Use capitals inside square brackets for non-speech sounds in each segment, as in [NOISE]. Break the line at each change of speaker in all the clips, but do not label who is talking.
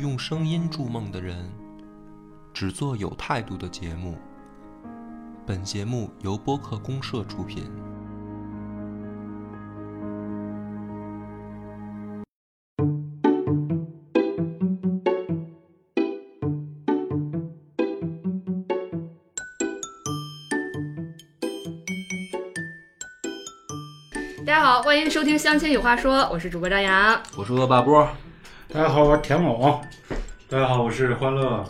用声音筑梦的人，只做有态度的节目。本节目由播客公社出品。
大家好，欢迎收听《相亲有话说》，我是主播张扬。
我是恶霸波，
大家好，我是田某。大家好，我是欢乐。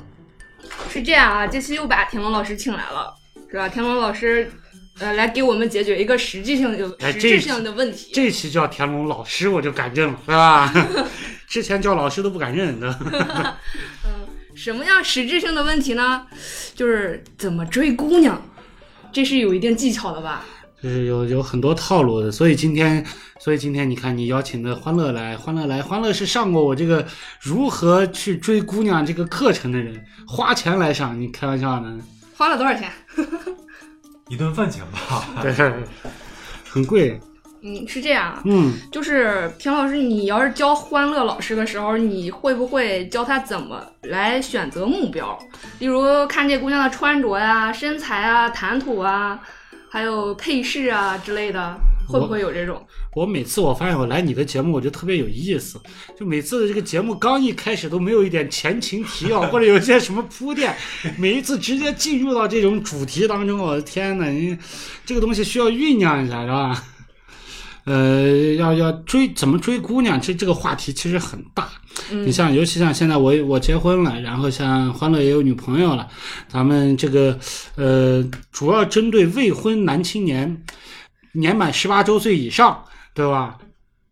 是这样啊，这期又把田龙老师请来了，是吧？田龙老师，呃，来给我们解决一个实际性的、
哎
实
这
质性的问题。
这期叫田龙老师，我就敢认了，是吧？ [LAUGHS] 之前叫老师都不敢认的。
什么样实质性的问题呢？就是怎么追姑娘，这是有一定技巧的吧？
就是有有很多套路的，所以今天，所以今天你看你邀请的欢乐来，欢乐来，欢乐是上过我这个如何去追姑娘这个课程的人，花钱来上，你开玩笑 [LAUGHS] 呢？
花了多少钱？
一顿饭钱吧。
对，很贵，
嗯，是这样啊，
嗯，
就是田老师，你要是教欢乐老师的时候，你会不会教他怎么来选择目标？例如看这姑娘的穿着呀、身材啊、谈吐啊，还有配饰啊之类的，会不会有这种？
我每次我发现我来你的节目，我就特别有意思，就每次的这个节目刚一开始都没有一点前情
[LAUGHS]
提要，或者有一些什么铺垫，每一次直接进入到这种主题当中，我的天呐，你这个东西需要酝酿一下，是吧？ [LAUGHS] 呃，要要追怎么追姑娘，这这个话题其实很大。
嗯
你像，尤其像现在我我结婚了，然后像欢乐也有女朋友了，咱们这个呃，主要针对未婚男青年，年满十八周岁以上，对吧？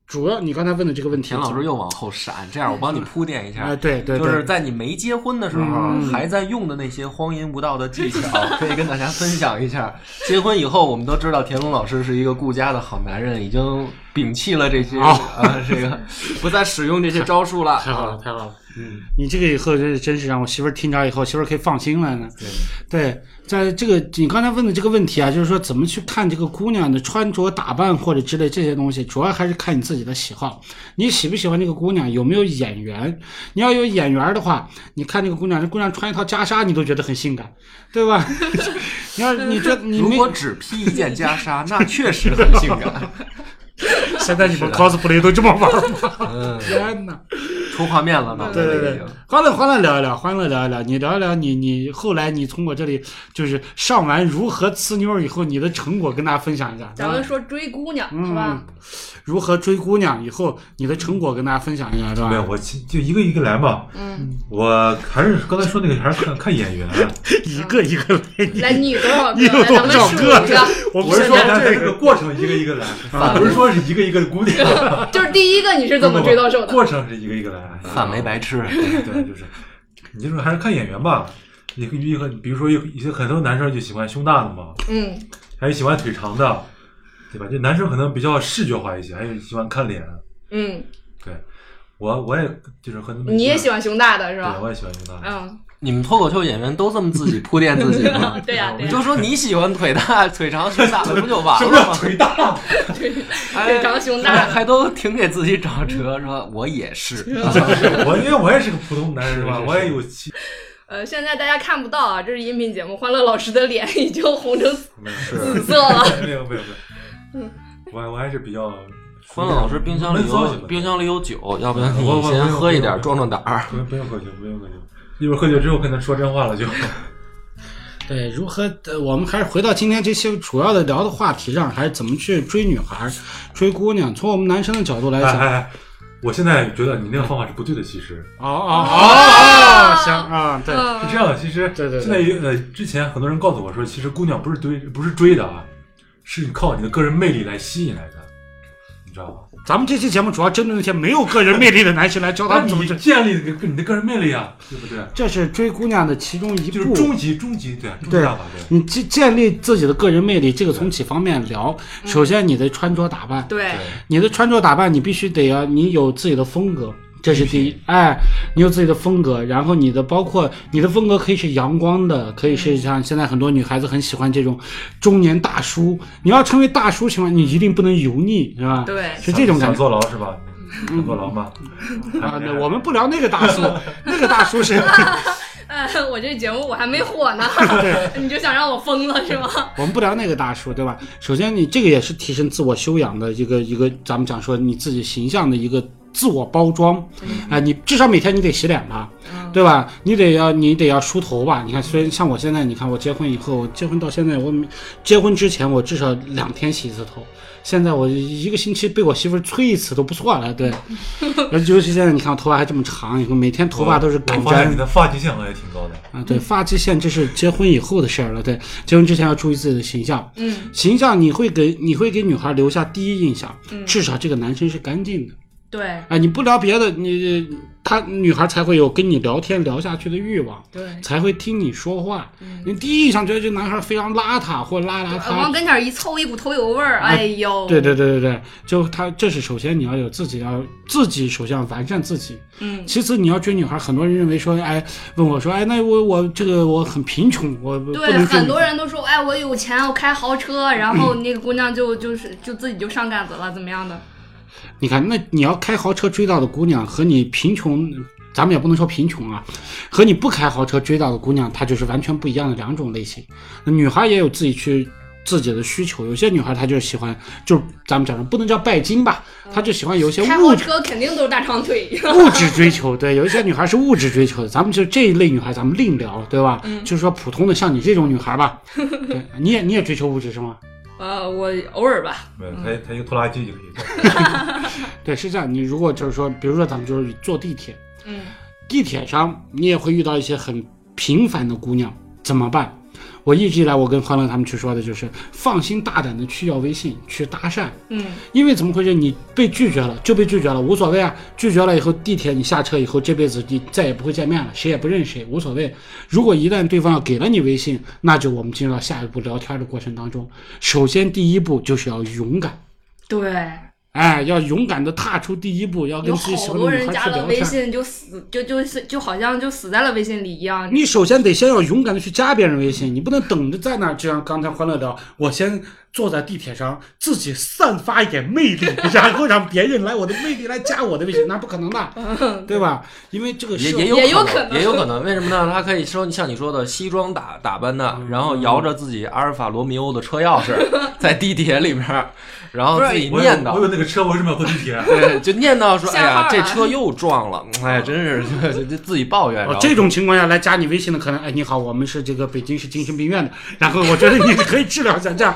主要你刚才问的这个问
[LAUGHS]
题，
田老师又往后闪，这样我帮
[LAUGHS]
你铺垫一
啊、
下。
对对对，
就是在你没结婚的时候，
嗯
还在用的那些荒淫无道的技巧， [LAUGHS] 可以跟大家分享一下。结婚以后，我们都知道田龙老师是一个顾家的好男人，已经摒弃了这些、
哦
啊，这
[LAUGHS]
个不再使用这些招数了。
太好了，太好了。
嗯，
你这个以后真是真是让我媳妇儿听着以后，媳妇儿可以放心了呢。对，在这个你刚才问的这个问题啊，就是说怎么去看这个姑娘的穿着打扮或者之类这些东西，主要还是看你自己的喜好，你喜不喜欢这个姑娘，有没有眼缘。你要有眼缘的话，你看这个姑娘，这姑娘穿一套袈裟，你都觉得很性感，对吧？ [LAUGHS] 你要你觉得你
如
没
果只披一件袈裟，那确实很性感。
[LAUGHS] 现在你们 cosplay 都这么玩儿吗？
嗯，
天哪！
出画面了，脑袋
对对
里已
对
经。，
欢乐欢乐聊一聊，欢乐聊一聊，你聊一聊你你后来你从我这里就是上完如何呲妞以后，你的成果跟大家分享一下。
咱们说追姑娘、
啊嗯
是吧？
如何追姑娘以后，你的成果跟大家分享一下，对吧？
没有，我其就一个一个来嘛。
嗯，
我还是刚才说那个，还是看看眼缘。啊
一个一个来。
来，你有多
[LAUGHS]
少个？
嗯你有
来，
多
咱们
少
数
个
一个，
我
我
不
是
是
说
在
咱在
这
这个
个
过程一个一个来，啊不是说是一个一个姑娘。
就是第一个你是怎
[LAUGHS]
么追到手的？
过程是一个一个来。啊
饭没白吃，
[LAUGHS] 对，就是你就是还是看眼缘吧。你可以很，比如说有一些很多男生就喜欢胸大的嘛，
嗯，
还有喜欢腿长的，对吧？就男生可能比较视觉化一些，还有喜欢看脸。
嗯，
我我也就是很，
你也喜欢胸大的是
对，
吧？
我也喜欢胸大的。 [LAUGHS]
嗯， [LAUGHS]
你们脱口秀演员都这么自己铺垫自己吗？
对呀、对呀、
你就说你喜欢腿大、腿长、胸大的，不就
[LAUGHS]
完了吗？
腿大？
腿长胸大
还还都挺给自己找辙，说我也是。
[LAUGHS] 我因为我也是个普通男人
是
吧，
是
我也
[LAUGHS]
有气。
呃，现在大家看不到啊，这是音频节目，欢乐老师的脸已经红成紫
没有 [LAUGHS]
是
色了。
没有没有没有，我我还是比较。
欢乐老师冰箱里
闷骚型
有
的
冰箱里有酒，要不然
我
你
我
先
我
喝一
我
点壮壮胆儿。
不用不用喝酒，不用喝酒，一会儿喝酒之后跟他说真话
[LAUGHS]
了就。哎
对，如何？呃，我们还是回到今天这些主要的聊的话题上，还是怎么去追女孩儿、追姑娘？从我们男生的角度来
哎
讲，
哎，哎我现在觉得你那个方法是不对的，其实
哦哦哦，行啊，对，
是
嗯
这样的，其实
对对对
现在有呃，之前很多人告诉我说，其实姑娘不是追不是追的啊，是你靠你的个人魅力来吸引来的，你知道吧？
咱们这期节目主要针对那些没有个人魅力的男生来教他
那
们怎么
你
追，
建立你的你的个人魅力啊，对不对？
这是追姑娘的其中一
就是
步。
终极终极对终极
对
大法对。
你建建立自己的个人魅力，这个从几方面聊。首先，你的穿着打扮，
对，
你的穿着打扮，你必须得要你有自己的风格，这是第一。哎，你有自己的风格，然后你的包括你的风格可以是阳光的，可以是像现在很多女孩子很喜欢这种中年大叔。你要成为大叔情况，你一定不能油腻，是吧？
对
是这种感
想
觉。嗯
坐牢是吧？能够牢吗？哎
啊，那我们不聊那个大叔，那个大叔是，
呃，我这节目我还没火呢， [LAUGHS] 你就想让我疯了是吗？
我们不聊那个大叔，对吧？首先，你这个也是提升自我修养的一个一个，咱们讲说你自己形象的一个自我包装，啊、你至少每天你得洗脸吧，对吧？你得要你得要梳头吧。你看，虽然像我现在，你看我结婚以后，结婚到现在，我每结婚之前我至少两天洗一次头，现在我一个星期被我媳妇儿催一次都不错了，对。尤其尤其现在，你看我头发还这么长，以后每天头发都是
我
敢
发现
粘
你。的发际线好像也挺高的，
啊，对，发际线这是结婚以后的事儿了。对，结婚之前要注意自己的形象，
嗯，
形象你会给你会给女孩留下第一印象，
嗯
至少这个男生是干净的。
对
哎，你不聊别的，你他女孩才会有跟你聊天聊下去的欲望，
对，
才会听你说话。你第一印象觉得这男孩非常邋遢或邋邋遢，
嗯呃往跟前一凑，一股头油味儿，哎呦，
对，对对对对，就他这是首先你要有自己要自己首先要完善自己，
嗯，
其次你要追女孩，很多人认为说，哎，问我说，哎，那我我这个我很贫穷，我不
对，
能追
很
女
多
孩
人都说，哎，我有钱，我开豪车，然后那个姑娘就就是就自己就上杆子了，怎么样的？
你看，那你要开豪车追到的姑娘和你贫穷，咱们也不能说贫穷啊，和你不开豪车追到的姑娘，她就是完全不一样的两种类型。那女孩也有自己去自己的需求，有些女孩她就是喜欢，就是咱们讲的不能叫拜金吧，她就喜欢有一些
开
物
豪
质
车肯定都是大长腿， [LAUGHS]
物质追求，对，有一些女孩是物质追求的，咱们就这一类女孩，咱们另聊，对吧？
嗯
就是说普通的像你这种女孩吧，对，你也你也追求物质是吗？
呃，我偶尔吧，
没有，
嗯
他他一个拖拉机就可以干。
对，是这样。你如果就是说，比如说咱们就是坐地铁，
嗯，
地铁上你也会遇到一些很平凡的姑娘，怎么办？我一直以来我跟欢乐他们去说的就是放心大胆的去要微信，去搭讪，
嗯，
因为怎么回事？你被拒绝了就被拒绝了，无所谓啊。拒绝了以后，地铁你下车以后，这辈子你再也不会见面了，谁也不认识谁，无所谓。如果一旦对方要给了你微信，那就我们进入到下一步聊天的过程当中。首先第一步就是要勇敢，
对。
哎，要勇敢的踏出第一步，要
有
跟自己喜
好
欢的
多
女
人
孩
加
去
了
聊
微
天。
信就死就就是就好像就死在了微信里一样。
你首先得先要勇敢的去加别人微信，你不能等着在那儿，就像刚才欢乐聊，我先坐在地铁上自己散发一点魅力，然后让别人来我的魅力来加我的微信，那不可能的，对吧？因为这个
也
社
也
会
有
也有可
可
能
也有可能。为什么呢？他可以说像你说的西装打打扮的，然后摇着自己阿尔法罗密欧的车钥
[LAUGHS]
匙，在地铁里边儿，然后
不是
自己
我
念
有我有
叨，
那个车，我为什么要坐地铁？啊
对，就念叨说：“
下
哎呀，
班
这
了
车又撞了，哎，真是就就自己抱怨。”
哦，这种情况下来加你微信的，可能哎，你好，我们是这个北京市精神病院的，然后我觉得你可以治疗一下，这样，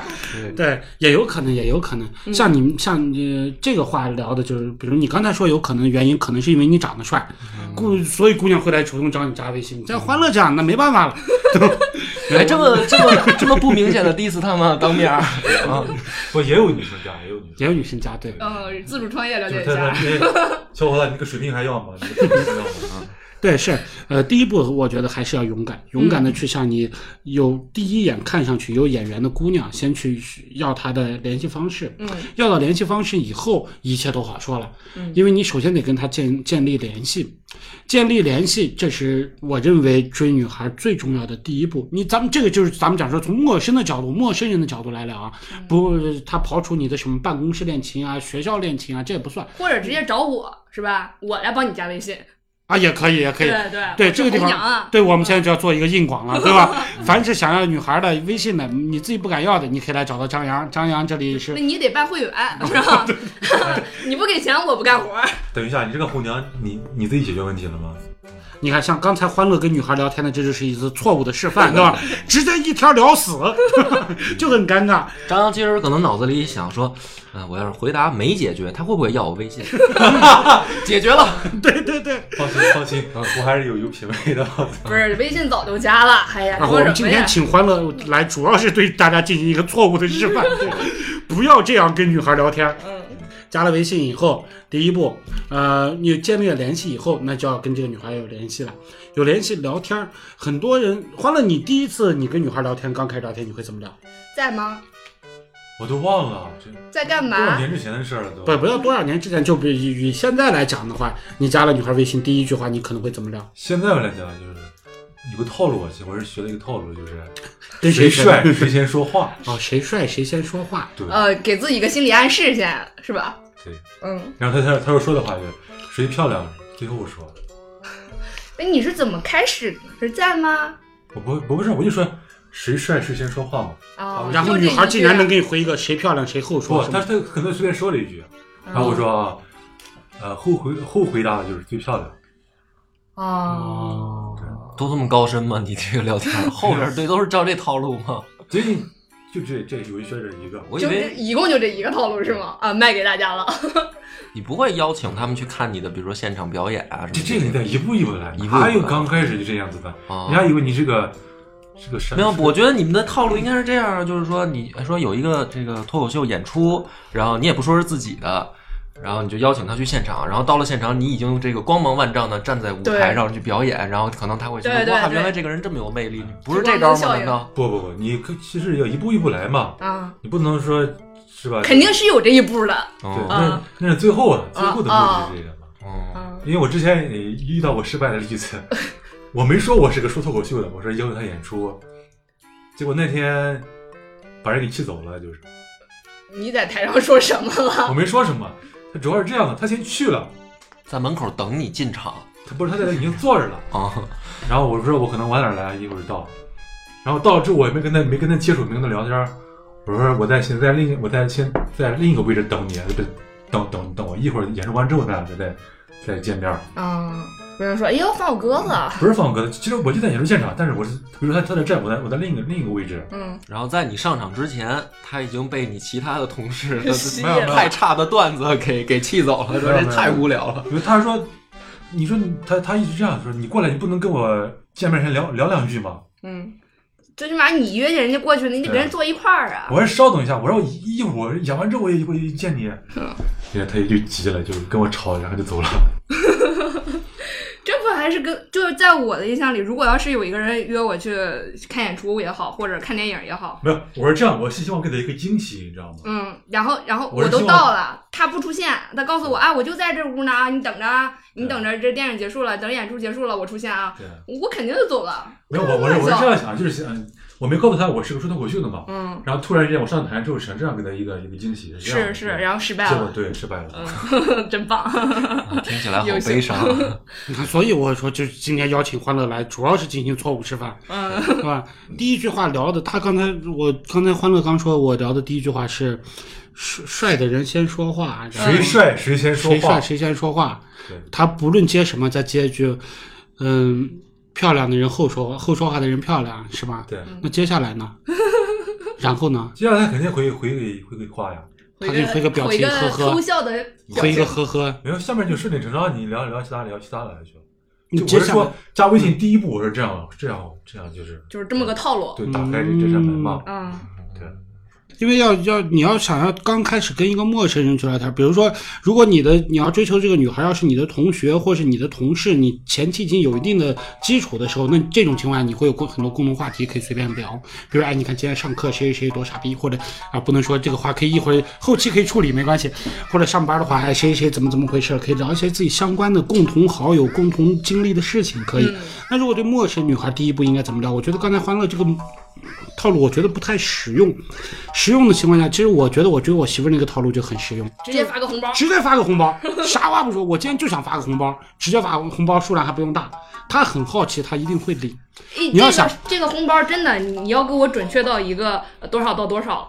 对，也有可能，也有可能，像你们像你、这个话聊的就是，比如你刚才说有可能原因，可能是因为你长得帅，姑，所以姑娘会来主动找你加微信，你在欢乐这样，那没办法了，
哎，这么这么这么不明显的 diss 他吗？当面儿啊，
不，也有女生这样，也有女生。
也有女生加，对，
嗯，自主创业了
就
解
是
一
他
下。
他，小伙子，你那个水平还要吗？
[LAUGHS]
你那个水平还要吗？
对，是，呃，第一步我觉得还是要勇敢，勇敢的
嗯
去向你有第一眼看上去有眼缘的姑娘，先去要她的联系方式。
嗯，
要到联系方式以后，一切都好说了。
嗯
因为你首先得跟她建建立联系，建立联系，这是我认为追女孩最重要的第一步。你咱们这个就是咱们讲说从陌生的角度、陌生人的角度来聊啊，
嗯
不，他刨除你的什么办公室恋情啊、学校恋情啊，这也不算
或者直接找我是吧？我来帮你加微信。
啊，也可以，也可以。
对对
对
我是
这个地
红
方
娘啊，
对，我们现在就要做一个硬广了，
[LAUGHS]
对吧？凡是想要女孩的微信的，你自己不敢要的，你可以来找到张扬。张扬这里
那
是
你得办会
[LAUGHS]
员是吧？ [LAUGHS] 你不给钱我不干活。
等一下，你这个红娘，你你自己解决问题了吗？
你看，像刚才欢乐跟女孩聊天的，这就是一次错误的示范，对吧？直接一条聊死， [LAUGHS] 就很尴尬。
[LAUGHS] 张扬其实可能脑子里想说，啊、我要是回答没解决，他会不会要我微信？ [LAUGHS] 解决了，
对对对，[LAUGHS]
放心放心，
嗯
我还是有有品位的。
不是，微信早就加了。哎呀，
然后
说
啊我
什
们今
么
天
呀？嗯
请欢乐来，主要是对大家进行一个错误的示
[LAUGHS]
范，对，不要这样跟女孩聊天。
嗯，
加了微信以后，第一步，呃，你建立了联系以后，那就要跟这个女孩有联系了，有联系聊天儿。很多人，欢乐，你第一次你跟女孩聊天，刚开始聊天，你会怎么聊？
在吗？
我都忘了，这
在干
多少
嘛？
年之前的事儿了都。
不，不要多少年之前，就比以以现在来讲的话，你加了女孩微信，第一句话你可能会怎么聊？
现在来讲就是有个套路，啊我其实我是学了一个套路，就是
跟
谁
谁
帅谁先说话。
[LAUGHS]
哦，谁帅谁先说话。
对，
呃呃，给自己一个心理暗示先是吧？
对，
嗯，
然后他他他又说的话是谁漂亮最后说，
哎，你是怎么开始的？是赞吗？
我不我不是我就说谁帅谁先说话嘛，
哦，
然后
就
女
这
孩
一
竟然
句
能给你回一个谁漂亮谁后
不
说，，是
他
吗
他可能随便说了一句，
嗯
然后我说啊，呃后回后回答的就是最漂亮，
哦，
都这么高深吗？你这个聊天儿后边儿对都是照这套路吗？
最近就这这有一圈这一个，
我以
就这
为
一共就这一个套路是吗？啊，卖给大家 [LAUGHS] 了。
你不会邀请他们去看你的，比如说现场表演啊什么
这
的。
这个你得一步一步来，
一步一步
哪有
来
刚开始就这样子的？
啊
人家以为你是个是个神，
没有，我觉得你们的套路应该是这样，啊就是说你哎说有一个这个脱口秀演出，然后你也不说是自己的，然后你就邀请他去现场，然后到了现场，你已经这个光芒万丈的站在舞台上去表演，然后可能他会觉得
对对
哇，
对
原来这个人这么有魅力，不是这招
聚光
吗？
灯效应
难道？
不不不，你可其实要一步一步来嘛，
啊，
你不能说是吧？
肯定是有这一步的。
对，
哦，
那
啊
那是最后啊，最后的
啊
目的是这个嘛。
嗯，
嗯
因为我之前也遇到过失败的例子，我没说我是个说脱口秀的，我说邀请他演出，结果那天把人给气走了，就是
你在台上说 [LAUGHS] 什么了？
我没说什么，他主要是这样的，他先去了，
在门口等你进场
他不是他在那已经坐着了，
啊，
然后我说我可能晚点来，一会儿到。然后到了之后，我也没跟他没跟他接触，没跟他聊天儿。我说我在现在另一我在先在另一个位置等你，等等等等我一会儿演出完之后咱俩再再见面儿。
嗯，有人说，哎呦，放我鸽子。
不是放鸽子，其实我就在演出现场，但是我是比如说他他在这儿，我在我在另一个另一个位置。
[LAUGHS] 嗯，
然后在你上场之前，他已经被你其他的同事
[LAUGHS] 吸引
没有没有
了。
[LAUGHS] 太差的段子给给气走了，说
没有
这
没有
太无聊了。
比如他说，你说你他他一直这样说，你过来你不能跟我见面前聊聊两句吗？
嗯，最起码你约见人家过去，你得跟人坐一块儿啊。
我说稍等一下，我说我一一会儿我演完之后我也会见你。对，他就急了，就跟我吵，然后就走了。
这不还是跟就是在我的印象里，如果要是有一个人约我去看演出也好，或者看电影也好，
[LAUGHS] 没有，我是这样，我是希望给他一个惊喜，你知道吗？
嗯，然后然后
我
我
是
都
希望
到了，他不出现，他告诉我啊，我就在这屋呢，啊你等着啊，你等着，这电影结束了，等演出结束了，我出现啊，
对，
我肯定就走了。
没有我我是
开玩
我是这
笑，
样想，就是想我没告诉他我是个说脱口秀的嘛，
嗯，
然后突然间我上台之后想这样给他一个一个惊喜，这样
是是，
对
然后嗯失败
结果
了，
对失败
[LAUGHS]
了。
真棒。
啊听起来好
有些
悲伤啊。
你看，所以我说，就是今天邀请欢乐来，主要是进行错误示范，
嗯
对吧？第一句话聊的，他刚才我刚才欢乐刚说，我聊的第一句话是，帅帅的人先说话，然后
谁帅谁先说
谁
话
帅，谁先说话
对。
他不论接什么，再接一句，嗯，漂亮的人后说话，后说话的人漂亮，是吧？
对。
那接下来呢？ [LAUGHS] 然后呢？
接下来肯定回回给回给话呀，
他给 [LAUGHS] 回个表情
回个
呵呵
偷笑的表
回一个
情，
呵呵。
没有，下面就顺理成章，你聊聊其他聊其他的去了。
你
就
接
我是
下来
说，加微信第一步我是这样，这样这样就是
就是这么个套路。
对打开这这扇门嘛。
嗯，
对，
因为要要你要想要刚开始跟一个陌生人去聊天，比如说，如果你的你要追求这个女孩，要是你的同学或是你的同事，你前期已经有一定的基础的时候，那这种情况下你会有共很多共同话题可以随便聊，比如哎，你看今天上课谁谁谁多傻逼，或者啊不能说这个话可以一会儿后期可以处理没关系，或者上班的话哎谁谁怎么怎么回事，可以聊一些自己相关的共同好友、共同经历的事情，可
嗯
以。那如果对陌生女孩，第一步应该怎么聊？我觉得刚才欢乐这个套路，我觉得不太实用。实用的情况下，其实我觉得我追我媳妇儿那个套路就很
[LAUGHS]
实用，
直接发个红包。
直接发个红包，啥话不说，我今天就想发个红包，直接发红包，数量还不用大。她很好奇，她一定会理。
你
你要
哎这
想
个这个红包真的，你你要给我准确到一个呃多少到多少，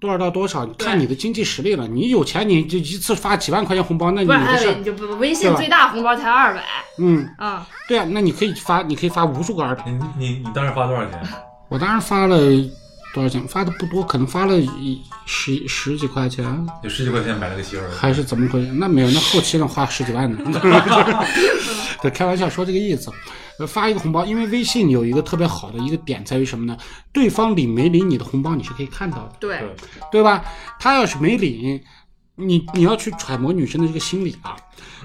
多少到多少，你看
对
你的经济实力了。你有钱，你就一次发几万块钱红包，嗯那你
不然
的
哎
事儿。
你就微信
对吧
最大红包才二百
嗯，
啊，
对啊，那你可以发，你可以发无数个二百。
你你你当时发多少钱？
我当时发了多少钱？发的不多，可能发了一十十几块钱，
有十几块钱买了个媳妇儿。
还是怎么回事？那没有，那后期呢花十几万呢。对，开玩笑说这个意思。呃发一个红包，因为微信有一个特别好的一个点在于什么呢？对方领没领你的红包，你是可以看到的，
对，
对
对吧？他要是没领，你你要去揣摩女生的这个心理啊。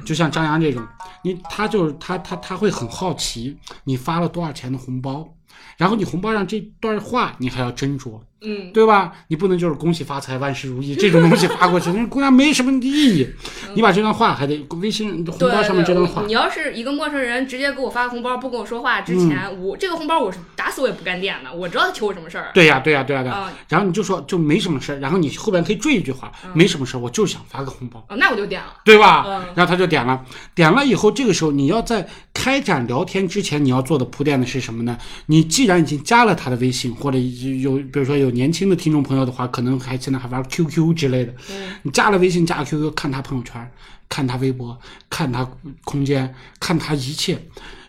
就像张扬这种，你他就是他他他会很好奇你发了多少钱的红包，然后你红包上这段话你还要斟酌，
嗯， [LAUGHS]
对吧？你不能就是恭喜发财、万事如意这种东西发过去，那姑娘没什么意义。你把这段话还得微信红
嗯对
包上面这
对
段
我
话
你，要是一个陌生人直接给我发个红包，不跟我说话之前，我这个红包我是打死我也不干点的，我知道他求我什么事儿。
嗯对呀对呀对呀对呀。
啊、
然后你就说就没什么事儿，然后你后边可以缀一句话，
嗯
没什么事儿，我就是想发个红包，
啊那我就点了。
对吧？
嗯
然后他就点了，点了以后，这个时候你要在开展聊天之前，你要做的铺垫的是什么呢？你既然已经加了他的微信，或者有比如说有年轻的听众朋友的话，可能还现在还玩 QQ 之类的，
嗯
你加了微信，加了 QQ，看他朋友圈，看他微博，看他空间，看他一切，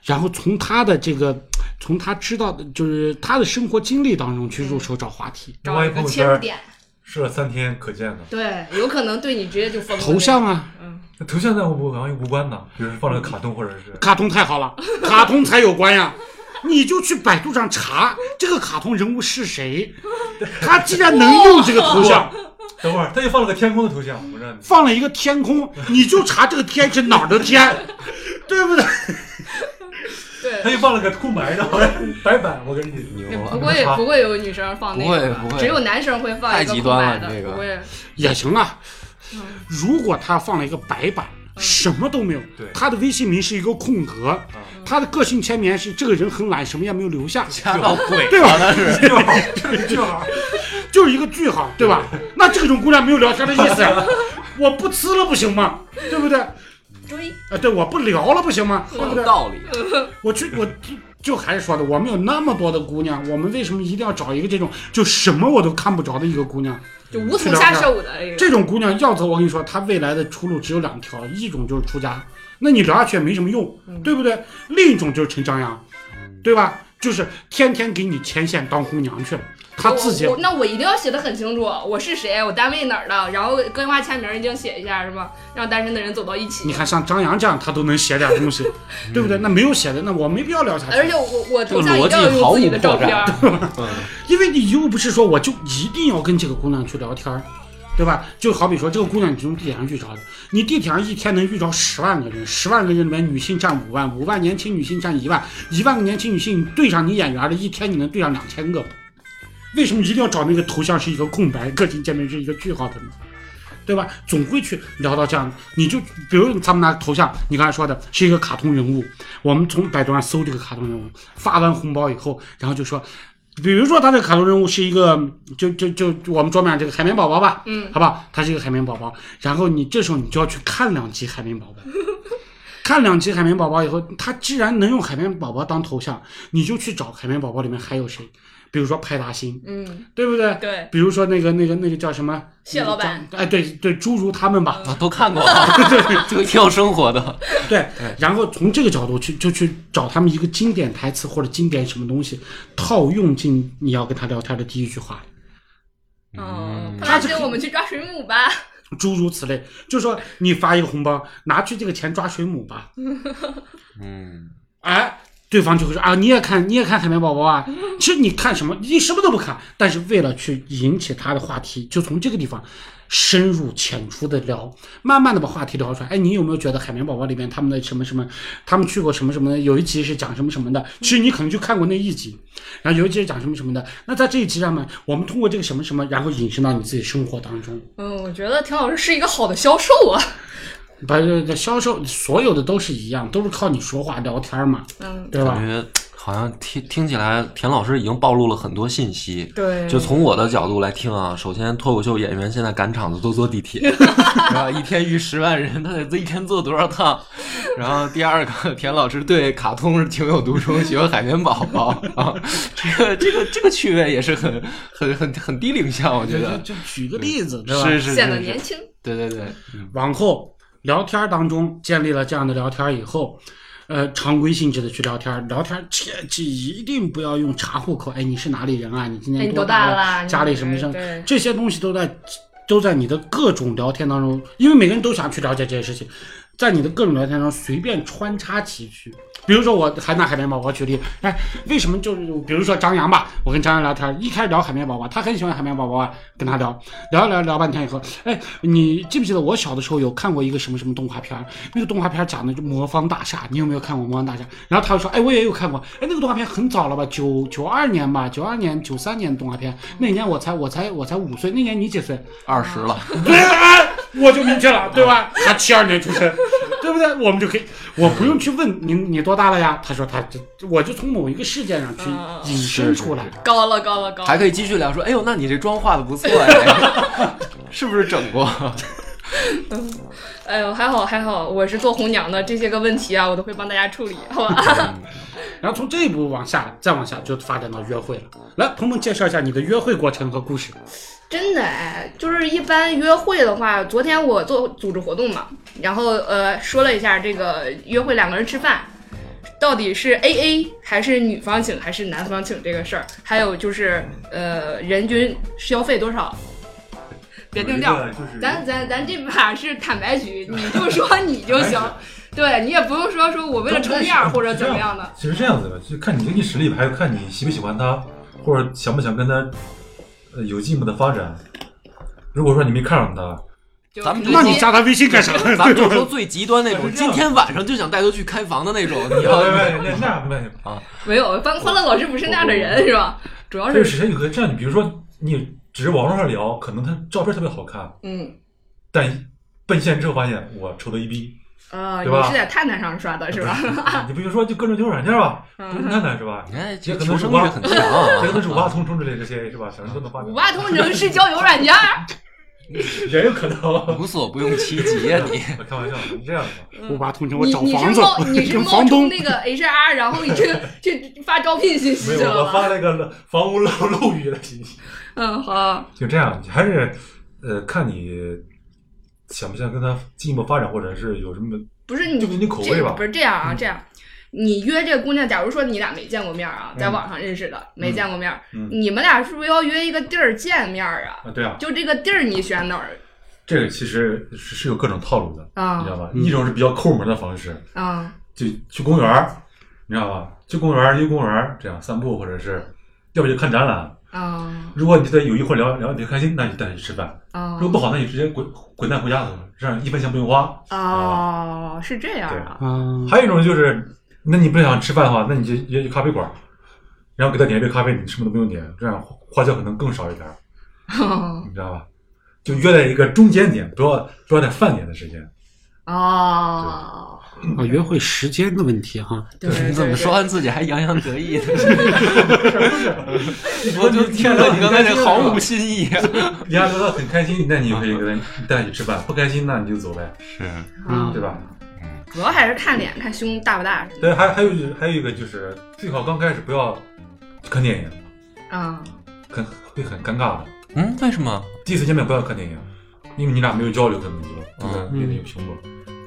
然后从他的这个，从他知道的，就是他的生活经历当中去入手找话题，
找
发
一
一
个
朋友
切入
圈，
点，
设三天可见的。
对，有可能对你直接就封了
头像啊，
那头像在我好像无关的，比如放了个卡通或者是
卡通太好了，卡通才有关呀。你就去百度上查这个卡通人物是谁，他既然能用这个头像，
等会儿他又放了个天空的头像，我让你
放了一个天空，你就查这个天是哪儿的天，对不对？
对
他，又放了个空白的，我让你白板，我跟你
牛
不
啊！
会不会有女生放那个吧，
不会不会
只有男生会放一
太
个
极
空
端
白
了
的，
这个
不会。
也行啊。如果他放了一个白板，什么都没有，
对
他的微信名是一个空格，他的个性签名是这个人很懒，什么也没有留下，
吓到鬼
对
了
吧
那是。
就好，就好。
就是一个句号，对吧？那这种姑娘没有聊天的意思，我不吃了不行吗？对不对？
追
啊，对，我不聊了不行吗？对
好
不
有
对？
道理，
我去，我就就还是说的，我们有那么多的姑娘，我们为什么一定要找一个这种就什么我都看不着的一个姑娘？
就无从下手的这个，
这种姑娘要走，我跟你说，她未来的出路只有两条，一种就是出家，那你聊下去也没什么用，
嗯
对不对？另一种就是陈张扬，对吧？就是天天给你牵线当红娘去了，她自己
我我那我一定要写的很清楚，我是谁，我单位哪儿的，然后个性化签名一定写一下，是吧？让单身的人走到一
你
嗯
起。
看像张扬这样，她都能写点东
[LAUGHS]
西，对不对？那没有写的，那我没必要聊下
而
去，
且我我
这个
头像一定要
逻辑毫
用
无
自己的照
破绽
片儿，
[LAUGHS]
因为你又不是说我就一定要跟这个姑娘去聊天儿。对吧？就好比说，这个姑娘你从地铁上遇着的，你地铁上一天能遇着十万个人，十万个人里面女性占五万，五万年轻女性占一万，一万个年轻女性对上你眼缘的，一天你能对上两千个。为什么一定要找那个头像是一个空白，个性界面是一个句号的呢？对吧？总会去聊到这样的，你就比如他们拿头像，你刚才说的是一个卡通人物，我们从百度上搜这个卡通人物，发完红包以后，然后就说，比如说他的卡通人物是一个，就就就就我们桌面上这个海绵宝宝吧，
嗯，
好不好？他是一个海绵宝宝，然后你这时候你就要去看两集海绵宝 [LAUGHS] 宝，看两集海绵宝宝以后，他既然能用海绵宝宝当头像，你就去找海绵宝宝里面还有谁，比如说派大星，
嗯，
对不对？
对，
比如说那个那个那个叫什么
蟹老板，嗯
哎，对对，诸如他们吧，
啊，都看过啊， [LAUGHS] 这个挺有生活 [LAUGHS] 的。
对，然后从这个角度去就去找他们一个经典台词或者经典什么东西，套用进你要跟他聊天的第一句话，
嗯，
嗯
他拉着我们去抓水母吧，
诸如此类。就说你发一个红包，拿去这个钱抓水母吧，
嗯，
哎，对方就会说啊，你也看，你也看海绵宝宝啊。其实你看什么，你什么都不看，但是为了去引起他的话题，就从这个地方深入浅出的聊，慢慢的把话题聊出来。哎，你有没有觉得海绵宝宝里面他们的什么什么，他们去过什么什么的？有一集是讲什么什么的，其实你可能就看过那一集，然后有一集是讲什么什么的。那在这一集上面，我们通过这个什么什么，然后引申到你自己生活当中。
嗯，我觉得田老师是一个好的销售啊，
把这个销售所有的都是一样，都是靠你说话聊天嘛，
[LAUGHS] 嗯，
对吧？
感觉好像听听起来，田老师已经暴露了很多信息。
对
就从我的角度来听啊，首先脱口秀演员现在赶场子都坐地铁，是吧？一天遇十万人，他得一天坐多少趟？ [LAUGHS] 然后第二个，田老师对卡通是情有独钟，喜欢海绵宝宝啊，这个这个这个趣味也是很很很很低龄向，我觉得
就举个例子，对吧？
是是
显得
是
年
是，
轻，
对对对，嗯
往后聊天当中建立了这样的聊天以后，呃，常规性质的去聊天，聊天切记一定不要用查户口，哎，你是哪里人啊？你今
哎
年
你多
大
大了你
家里什么事
对？
这些东西都在都在你的各种聊天当中，因为每个人都想去了解这些事情，在你的各种聊天当中随便穿插其句。比如说，我还拿海绵宝宝举例，哎，为什么就是比如说张扬吧，我跟张扬聊天，一开始聊海绵宝宝，他很喜欢海绵宝宝啊，跟他聊，聊聊聊半天以后，哎，你记不记得我小的时候有看过一个什么什么动画片儿？那个动画片儿讲的就魔方大厦，你有没有看过魔方大厦？然后他就说，哎，我也有看过，哎，那个动画片很早了吧，九九二年吧，九二年九三年的动画片，那年我才我才我才五岁，那年你几岁？
二十了，
对啊， [LAUGHS] 我就明确了，对吧？他七二年出生， [LAUGHS] 对不对？我们就可以，我不用去问你你多大了呀？他说他这，我就从某一个事件上去
嗯
引申出来。
高了高了高
还
了，
可以继续聊说，哎呦，那你这妆化的不错哎， [LAUGHS] 是不是整过？
哎呦还好还好，我是做红娘的，这些个问题啊，我都会帮大家处理，好吧？
然后从这一步往下，再往下就发展到约会了。来，鹏鹏介绍一下你的约会过程和故事。
[LAUGHS] 真的哎，就是一般约会的话，昨天我做组织活动嘛，然后呃说了一下这个约会两个人吃饭，到底是 A A 还是女方请还是男方请这个事儿，还有就是呃人均消费多少，别定调，
就是
咱咱咱这把是坦白局，你就说你就行，对你也不用说说我为了撑面儿或者怎么样的，
其实这样子的，就看你经济实力，还有看你喜不喜欢他，或者想不想跟他呃有进一步的发展。如果说你没看
[LAUGHS]
上他，
就
咱们
直接
那你加他微信干啥？
咱
[LAUGHS]
们就说最极端 [LAUGHS] 那
对
种，
吧
今天晚上就想带他去开房的那 [LAUGHS] 种，你要
那那那
没有，欢欢乐老师不是那样的
哦
人是吧？主要
那，这
是
是谁有个这样？你比如说，你只是网络上聊，可能他照片特别好看，
嗯
但奔现之后发现我丑的一
[LAUGHS]
逼，
呃，你
对吧
是在探探上刷的是
[LAUGHS]
吧？
你不就说就各种交友软件吧，不是
嗯，
看看
[LAUGHS]
是吧？
你看
这
这个
可
求
能是
生
五
欲
八
很强啊，
这可能是五八同城之类这些是吧？想都能发展
五，八同城是交友软件儿，
也有可能。
无所不用其极呀、 [LAUGHS] 你。
我开玩笑，你这样的吧。
五八同城，我
你
找
你是
房子
冒，
[LAUGHS]
你是
跟
[LAUGHS]
冒
房
充
东。
那个 HR，然后你去去发招聘信
没
息去
有，我
了吗？
发了个房屋漏漏雨的信息。
嗯，好，
就这样，你还是呃，看你想不想跟他进一步发展，或者是有什么，
不是
就
你
是你口味
这
吧嗯
不。是这样啊，这样。你约这个姑娘，假如说你俩没见过面儿啊，在网上认识的，没见过面儿，
嗯
你们俩是不是要约一个地儿见面儿啊？
啊，对啊，
就这个地儿你选哪儿
这个其实是是有各种套路的，你知
啊？
道吧？
嗯
一种是比较抠门的方式，
啊，
就去公园儿，你知道吧？去公园儿，去公园儿这样散步，或者是要不就看展览。
啊
如果你对友谊或聊聊得挺开心，那你就带他去吃饭；
啊！
如果不好，那你直接滚滚蛋回家走，这样一分钱不用花。
哦，是这样啊。
啊，
还有一种就是，那你不想吃饭的话，那你就约去咖啡馆儿，然后给他点一杯咖啡，你什么都不用点，这样花花销可能更少一点儿。
哦，
你知道吧？就约在一个中间点，不要不要在饭点的时间。
哦，
啊，约会时间的问题哈、
对对
你
对，
怎么说完自己还洋洋得 [LAUGHS] 意呢？我就听
到
着你刚才这毫无新意。
你要聊得很开心，那你就可以给他带他去吃饭；不开心，那你就走呗，
是
嗯
对吧？
主要还是看脸、看胸大不大什么
对，还还有一还有一个就是，最好刚开始不要看电影，
的啊。
很会很尴尬的。
嗯，为什么？
第一次见面不要看电影，因为你俩没有交流，根本就对吧
嗯
别人有凶过，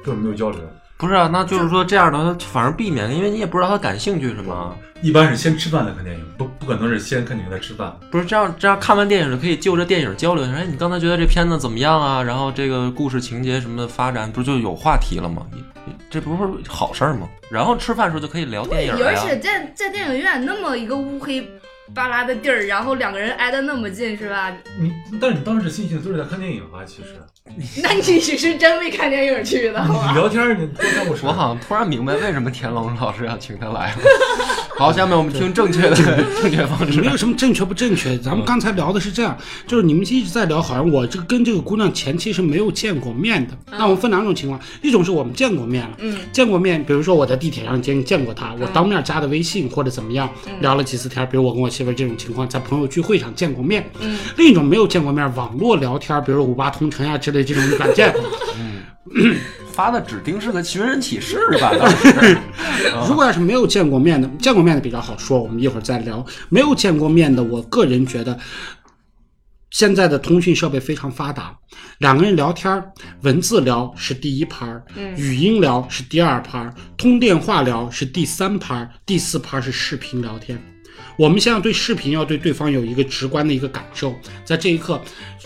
根本没有交流。
不是啊，那就是说这样的，反而避免，因为你也不知道他感兴趣什么。
一般是先吃饭再看电影，不不可能是先看电影再吃饭。
不是这样，这样看完电影就可以就着电影交流一下。哎，你刚才觉得这片子怎么样啊？然后这个故事情节什么的发展，不就有话题了吗？你你这不是好事儿吗？然后吃饭的时候就可以聊电影了啊
而
呀。
且在在电影院那么一个乌黑巴拉的地儿，然后两个人挨得那么近，是 [LAUGHS] 吧？
你，但是你当时心情都是在看电影啊，其实
那你是真为看电影去的，好
你
吧？
聊天儿你多耽误事儿。
我好像突然明白为什么田龙老师要请他来了。好，下面我们听正确的正确方式
没。有什么正确不正确，咱们刚才聊的是这样，就是你们一直在聊，好像我这个跟这个姑娘前期是没有见过面的。那我们分两种情况，一种是我们见过面了，
嗯
见过面，比如说我在地铁上见见过她，我当面加的微信或者怎么样，
嗯
聊了几次天，比如我跟我媳妇儿这种情况，在朋友聚会上见过面。
嗯，
另一种没有见过面，网络聊天，比如说五八同城呀、啊之类这种软件，
发的指定是个寻人启事吧？当时
如果要是没有见过面的，见过面的比较好说，我们一会儿再聊。没有见过面的，我个人觉得。现在的通讯设备非常发达，两个人聊天儿，文字聊是第一盘儿，
嗯
语音聊是第二盘儿，通电话聊是第三盘儿，第四盘儿是视频聊天。我们先要对视频要对对方有一个直观的一个感受，在这一刻，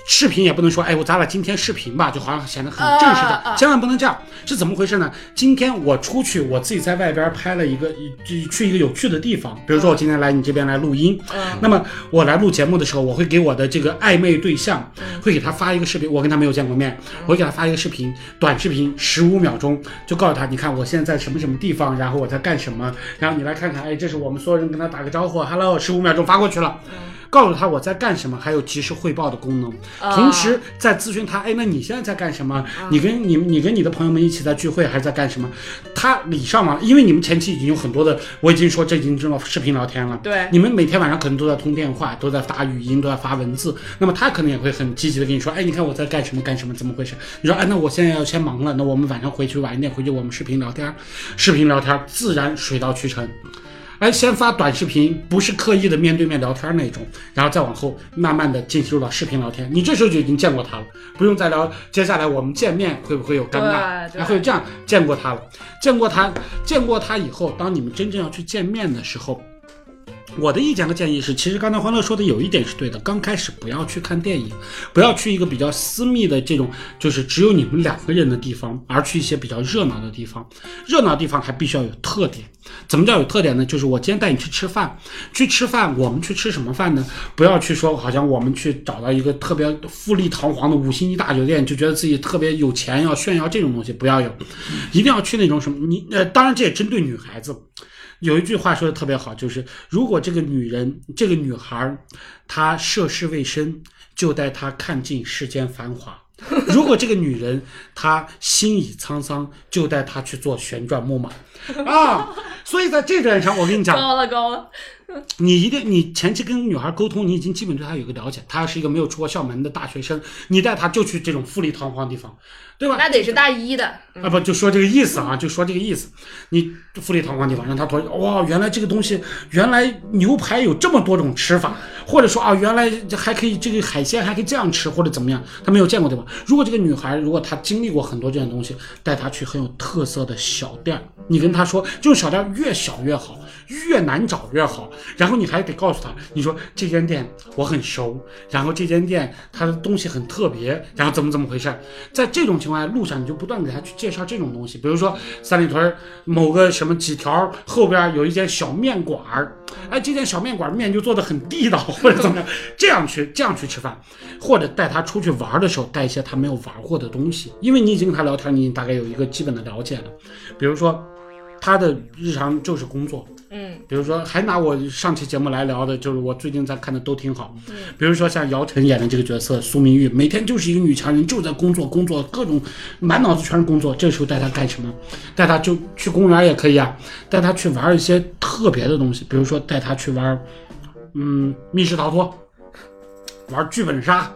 视频也不能说，哎，我咱俩今天视频吧，就好像显得很正式的，
啊啊啊
千万不能这样。是怎么回事呢？今天我出去，我自己在外边拍了一个，一去一个有趣的地方，比如说我今天来你这边来录音，
嗯
那么我来录节目的时候，我会给我的这个暧昧对象，会给他发一个视频，我跟他没有见过面，我会给他发一个视频，短视频十五秒钟，就告诉他，你看我现在在什么什么地方，然后我在干什么，然后你来看看，哎，这是我们所有人跟他打个招呼， ，hello，十五秒钟发过去了，告诉他我在干什么，还有及时汇报的功能。同时在咨询他，哎，那你现在在干什么？你跟你你跟你的朋友们一起在聚会还是在干什么？他礼尚往，因为你们前期已经有很多的，我已经说这已经知道视频聊天了。
[LAUGHS] 对
你们每天晚上可能都在通电话，都在发语音，都在发文字，那么他可能也会很积极的跟你说，哎，你看我在干什么干什么，怎么回事？你说，哎，那我现在要先忙了，那我们晚上回去晚一点回去，我们视频聊天儿，视频聊天儿自然水到渠成。哎，先发短视频，不是刻意的面对面聊天那种，然后再往后慢慢的进入到视频聊天，你这时候就已经见过他了，不用再聊。接下来我们见面会不会有尴尬？
啊对对
还会这样见过他了，见过他，见过他以后，当你们真正要去见面的时候，我的意见和建议是，其实刚才欢乐说的有一点是对的，刚开始不要去看电影，不要去一个比较私密的这种，就是只有你们两个人的地方，而去一些比较热闹的地方。热闹的地方还必须要有特点。怎么叫有特点呢？就是我今天带你去吃饭，去吃饭，我们去吃什么饭呢？不要去说好像我们去找到一个特别富丽堂皇的五星级大酒店，就觉得自己特别有钱要炫耀这种东西，不要有，一定要去那种什么你呃，当然这也针对女孩子。有一句话说的特别好，就是如果这个女人、这个女孩儿她涉世未深，就带她看尽世间繁华；如果这个女人她心已沧桑，就带她去做旋转木马。啊，所以在这点上，我跟你
[LAUGHS]
讲，
高了高了，
你一定，你前期跟女孩沟通，你已经基本对她有一个了解。她是一个没有出过校门的大学生，你带她就去这种富丽堂皇的地方，对吧？
那得是大一的，
啊，不，就说这个意思啊，就说这个意思。你富丽堂皇地方，让他说哇，原来这个东西，原来牛排有这么多种吃法，或者说啊，原来这还可以这个海鲜还可以这样吃，或者怎么样，他没有见过对吧？如果这个女孩如果她经历过很多这样东西，带她去很有特色的小店儿，你跟她说这种小店儿越小越好。越难找越好，然后你还得告诉她，你说这间店我很熟，然后这间店它的东西很特别，然后怎么怎么回事儿？在这种情况下，路上你就不断给他去介绍这种东西，比如说三里屯儿某个什么几条儿后边儿有一间小面馆儿，哎，这间小面馆儿面就做的很地道，或者怎么样，这样去这样去吃饭，或者带他出去玩儿的时候带一些他没有玩儿过的东西，因为你已经跟他聊天，你已经大概有一个基本的了解了，比如说他的日常就是工作，
嗯，
比如说，还拿我上期节目来聊的，就是我最近在看的都挺好。比如说像姚晨演的这个角色苏明玉，每天就是一个女强人，就在工作，工作各种满脑子全是工作。这时候带她干什么？带她就去公园也可以啊，带她去玩一些特别的东西，比如说带她去玩，嗯，密室逃脱，玩剧本杀。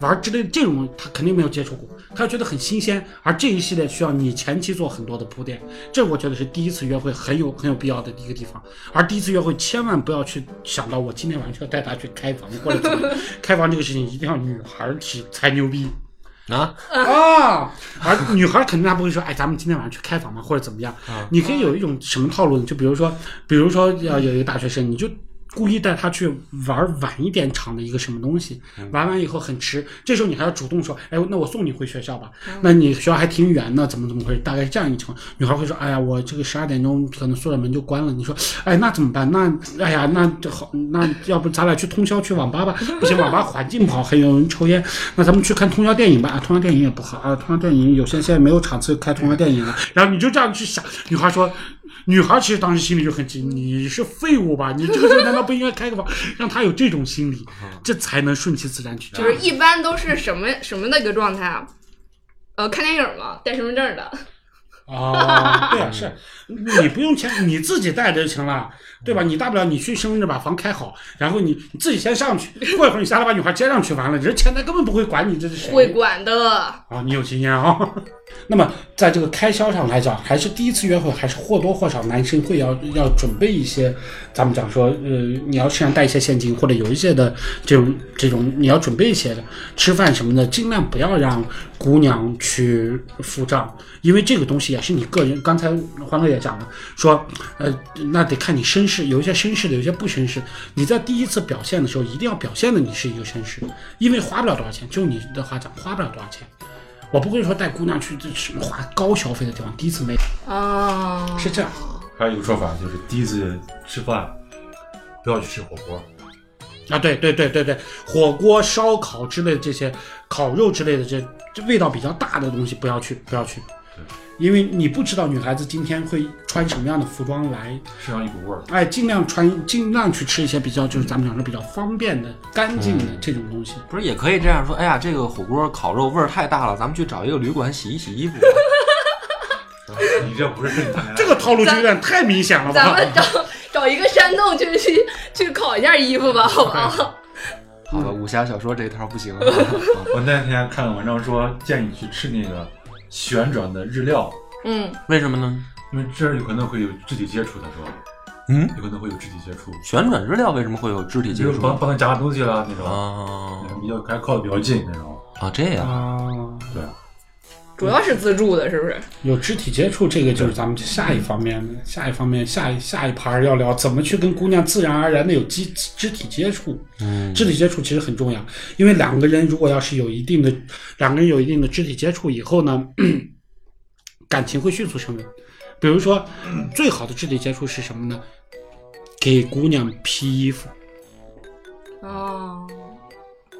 玩之类的这种，她肯定没有接触过，她觉得很新鲜。而这一系列需要你前期做很多的铺垫，这我觉得是第一次约会很有很有必要的一个地方。而第一次约会，千万不要去想到我今天晚上就要带她去开房或者怎么样， [LAUGHS] 开房这个事情一定要女孩儿提才牛逼。
[LAUGHS] 啊，
啊， [LAUGHS] 而女孩肯定她不会说，哎，咱们今天晚上去开房嘛，或者怎么样？你可以有一种什么套路呢？就比如说，比如说要有一个大学生，你就故意带他去玩晚一点场的一个什么东西，玩完以后很迟，这时候你还要主动说，哎，那我送你回学校吧，那你学校还挺远呢，怎么怎么回事？大概是这样一个情况。女孩会说，哎呀，我这个十二点钟可能宿舍门就关了。你说，哎，那怎么办？那哎呀，那这好，那要不咱俩去通宵去网吧吧？不行，网吧环境不好，还有人抽烟。那咱们去看通宵电影吧？啊，通宵电影也不好啊，通宵电影有些现在没有场次开通宵电影了。然后你就这样去想，女孩说。女孩其实当时心里就很急，你是废物吧？你这个时候难道不应该开个房？ [LAUGHS] 让她有这种心理，这才能顺其自然去这
就
样。
是一般都是什么什么那个状态啊？呃，看电影嘛，带身份证的，
啊， [LAUGHS] 对啊，是你不用钱，你自己带着就行了，对吧？你大不了你去深圳把房开好，然后你你自己先上去，过一会儿你下来把女孩接上去，完了，人前台根本不会管你这是谁。
会管的，
啊，你有经验啊、 [LAUGHS] 那么在这个开销上来讲，还是第一次约会，还是或多或少男生会要要准备一些，咱们讲说，呃，你要身上带一些现金，或者有一些的这种这种你要准备一些的，吃饭什么的，尽量不要让姑娘去付账，因为这个东西也是你个人。刚才欢乐也讲了，说，呃，那得看你绅士，有一些绅士的，有一些不绅士。你在第一次表现的时候，一定要表现的你是一个绅士，因为花不了多少钱，就你的话讲，花不了多少钱。我不会说带姑娘去这什么花高消费的地方，第一次没
啊，
是这样。
还有一个说法就是，第一次吃饭不要去吃火锅，
啊，对对对对对，火锅、烧烤之类的这些烤肉之类的这这味道比较大的东西不要去不要去，因为你不知道女孩子今天会穿什么样的服装来，
身上一股味儿。
哎，尽量穿，尽量去吃一些比较就是咱们讲说比较方便的、干净的这种东西。
不是也可以这样说？哎呀，这个火锅烤肉味儿太大了，咱们去找一个旅馆洗一洗衣服吧。
[LAUGHS] 你这不是正经啊谈恋爱，
这个套路就有点太明显了
咱
吧？
们找找一个山洞去去去烤一下衣服吧，好不
[LAUGHS]
好？
[LAUGHS] 好吧，武侠小说这一套不行啊。
我那天看个文章说，建议你去吃那个旋转的日料，
嗯，
为什么呢？
因为这儿有可能会有肢体接触。他说，
嗯，
有可能会有肢体接触，
旋转日料为什么会有肢体
你
接
就
触
帮？帮他夹东西啦那种，
啊
比较还靠的比较近那种。
啊，这样
啊，
对，
主要是自助的，是不是？
有肢体接触，这个就是咱们下一方面的，下一方面，下一下一盘儿要聊怎么去跟姑娘自然而然的有肢肢体接触。
嗯，
肢体接触其实很重要，因为两个人如果要是有一定的，两个人有一定的肢体接触以后呢， [CLEARS THROAT] 感情会迅速升温。比如说，最好的肢体接触是什么呢？给姑娘披衣服，
哦，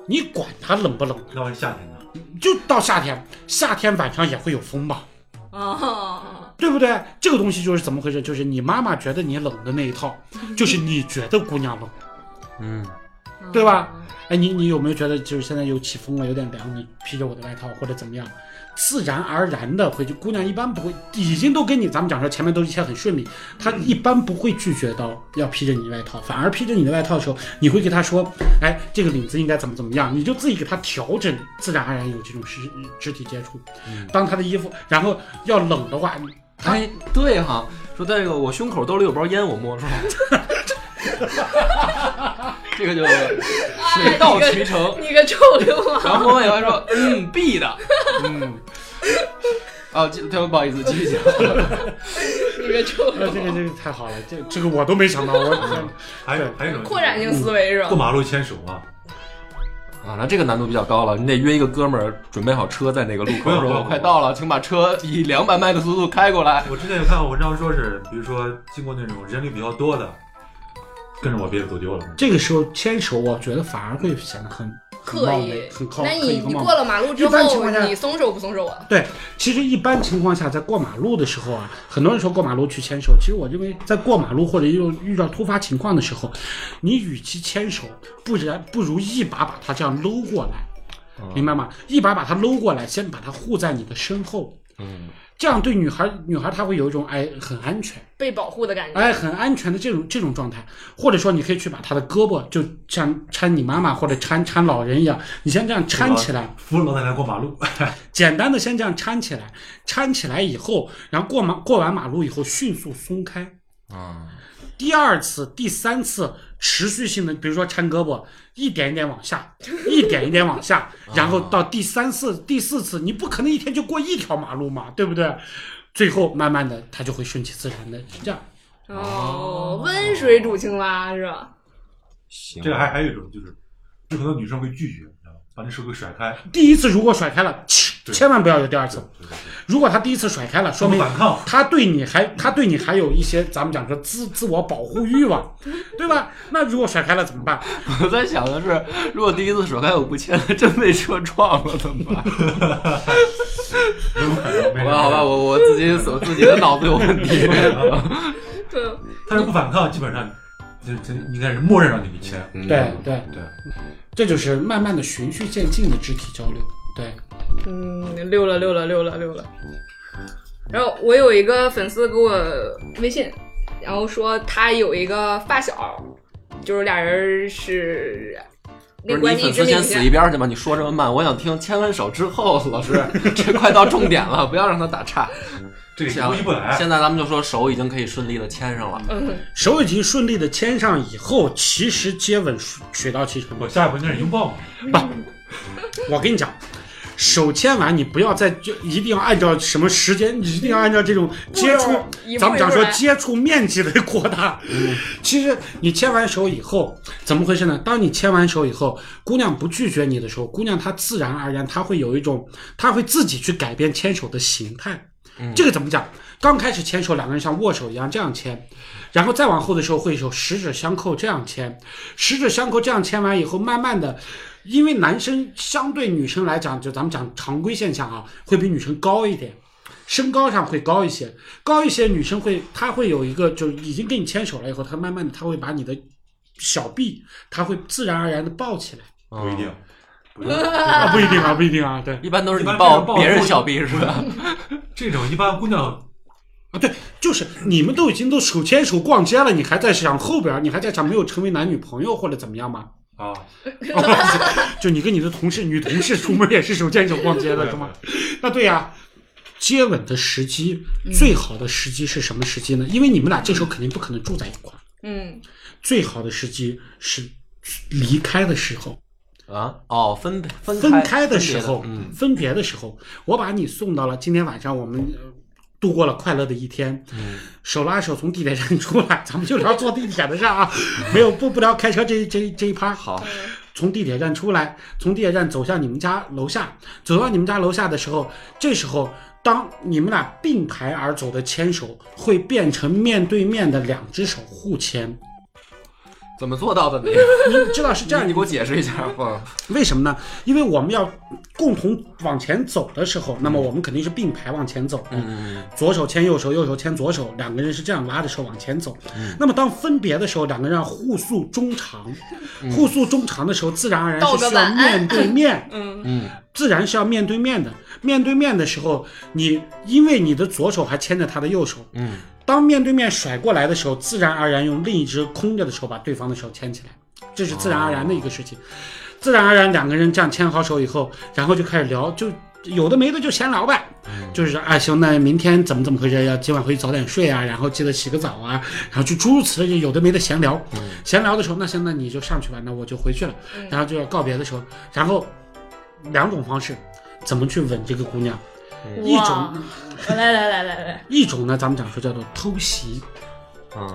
你管她冷不冷，
那万一夏天呢？
就到夏天，夏天晚上也会有风吧。
哦，
对不对？这个东西就是怎么回事？就是你妈妈觉得你冷的那一套，就是你觉得姑娘冷。
嗯，
对吧？哎，你你有没有觉得就是现在又起风了，有点凉，你披着我的外套或者怎么样，自然而然的回去，姑娘一般不会，已经都跟你咱们讲说前面都一切很顺利，她一般不会拒绝到要披着你外套，反而披着你的外套的时候，你会跟她说，哎，这个领子应该怎么怎么样，你就自己给她调整，自然而然有这种肢肢体接触。当她的衣服，然后要冷的话，她
哎，对哈，说这个我胸口兜里有包烟，我摸出 [LAUGHS] 来，这个就水到渠成。
啊你个臭流氓！
然后冯伟还 [LAUGHS] 说，嗯，B 的，嗯，啊，继对不好意思，继续讲。
你个臭
呃，这个这个太好了，这这个我都没想到，我
还有还有一种
扩展性思维是吧
过？马路牵手嘛，
[LAUGHS] 啊，那这个难度比较高了，你得约一个哥们儿，准备好车，在那个路口说：“我快到了，请把车以两百迈的速度开过来。
我之前有看过文章，说是比如说经过那种人流比较多的，跟着我别走丢了。
[LAUGHS] 这个时候牵手，我觉得反而会显得很很
刻
冒
意
昧，很靠，
那
很
你
一个
你
冒
过了马路之
一般情况
后，
下
你松手不松手啊？
对，其实一般情况下，在过马路的时候啊，很多人说过马路去牵手，其实我认为，在过马路或者又遇到突发情况的时候，你与其牵手，不然不如一把把他这样搂过来，明白吗？一把把他搂过来，先把他护在你的身后，
嗯，
这样对女孩女孩她会有一种哎很安全。
被保护的感觉。
哎，很安全的这种这种状态，或者说你可以去把他的胳膊，就像搀你妈妈或者搀搀老人一样，你先这样搀起来，
扶着老奶奶过马路，
简单的先这样搀起来，搀起来以后，然后过马过完马路以后迅速松开。
啊，
第二次、第三次持续性的，比如说搀胳膊，一点一点往下，一点一点往下，然后到第三次、第四次，你不可能一天就过一条马路嘛，对不对？最后慢慢的，它就会顺其自然的，是这样。哎
哦，温水煮青蛙是吧？
行，
这个还还有一种就是，有很多女生会拒绝，你知道吧？把你手给甩开，
第一次如果甩开了，切
对
千万不要有第二次。
对对对
如果他第一次甩开了，说明
他不反抗
他对你还他对你还有一些咱们讲说自自我保护欲
[LAUGHS]
望，对吧？那如果甩开了怎么办？
我在想的是，如果第一次甩开我不牵，真被车撞了怎么办？
有可能没
好
人
吧，好吧，我我自
[LAUGHS]
己我自己的脑子有问题。
对，
他是不反抗，基本上这这应该是默认让你给签。
嗯
对对，
嗯对，
这就是慢慢的循序渐进的肢体交流。对，
嗯，溜了溜了溜了溜了。然后我有一个粉丝给我微信，然后说他有一个发小，就是俩人是
不
那
是
关
你
系一
粉
直
丝
领
先死一边去吧！你说这么慢，我想听牵完手之后，老
[LAUGHS]
师，这快到重点了，不要让他打岔。
这个一
行
步一啊步来。
现在咱们就说手已经可以顺利的牵上了。
嗯，
手已经顺利的牵上以后，其实接吻水水到渠成。
我下一步应该是拥抱嘛？
我跟你讲，手牵完你不要再就一定要按照什么时间，你一定要按照这种接触
步骤一步一，步
咱们讲说
来
接触面积的扩大。其实你牵完手以后，怎么回事呢？当你牵完手以后，姑娘不拒绝你的时候，姑娘她自然而然她会有一种，她会自己去改变牵手的形态。这个怎么讲？刚开始牵手，两个人像握手一样这样牵，然后再往后的时候会有十指相扣这样牵，十指相扣这样牵完以后，慢慢的，因为男生相对女生来讲，就咱们讲常规现象啊，会比女生高一点。身高上会高一些，高一些女生会，她会有一个就是已经跟你牵手了以后，她慢慢的她会把你的小臂，她会自然而然的抱起来。
嗯
不
[LAUGHS]
一定，不一定。
啊，不一定啊，不一定啊，对
一般都是你
一般
抱
都是抱
别人
住
小臂是吧？
这种一般姑娘
啊，对，就是你们都已经都手牵手逛街了，你还在想后边儿，你还在想没有成为男女朋友或者怎么样吗？
啊，
[LAUGHS] 就你跟你的同事、女同事出门也是手牵手逛街的，是吗？ [LAUGHS] 那对呀、接吻的时机，最好的时机是什么时机呢？因为你们俩这时候肯定不可能住在一块儿，
嗯，
最好的时机是离开的时候，
嗯
啊，哦，分分
分
开
开的
分
时
别的
候，
嗯，
分别的时候，我把你送到了今天晚上我们。呃度过了快乐的一天，
嗯
手拉手从地铁站出来，咱们就聊坐地铁的事儿啊，没有不不聊开车这一这一这一趴。
好，
从地铁站出来，从地铁站走向你们家楼下，走到你们家楼下的时候，这时候当你们俩并排而走的牵手，会变成面对面的两只手互牵。
怎么做到的你？
你知道是这
[LAUGHS] 这
样
样
一
你
个
给我解释一下吧。 [LAUGHS]
为什么呢？因为我们要共同往前走的时候，那么我们肯定是并排往前走，
嗯，
左手牵右手，右手牵左手，两个人是这样拉着手往前走。
嗯
那么当分别的时候，两个人要互诉衷肠，互诉衷肠的时候，自然而然
道
是
个
需要
晚安
面对
[LAUGHS]
面，
嗯，
自然是要面对面的。面对面的时候，你因为你的左手还牵着他的右手，
嗯，
当面对面甩过来的时候，自然而然用另一只空着的手把对方的手牵起来，这是自然而然的一个事情。自然而然，两个人这样牵好手以后，然后就开始聊，就有的没的就闲聊呗。就是啊，行，那明天怎么怎么回事？要今晚回去早点睡啊，然后记得洗个澡啊，然后就诸如此类，就有的没的闲聊。闲聊的时候，那行，那你就上去吧，那我就回去了。然后就要告别的时候，然后两种方式，怎么去吻这个姑娘？一
哇
种，
来来来来来，
一种呢，咱们讲说叫做偷袭。
嗯，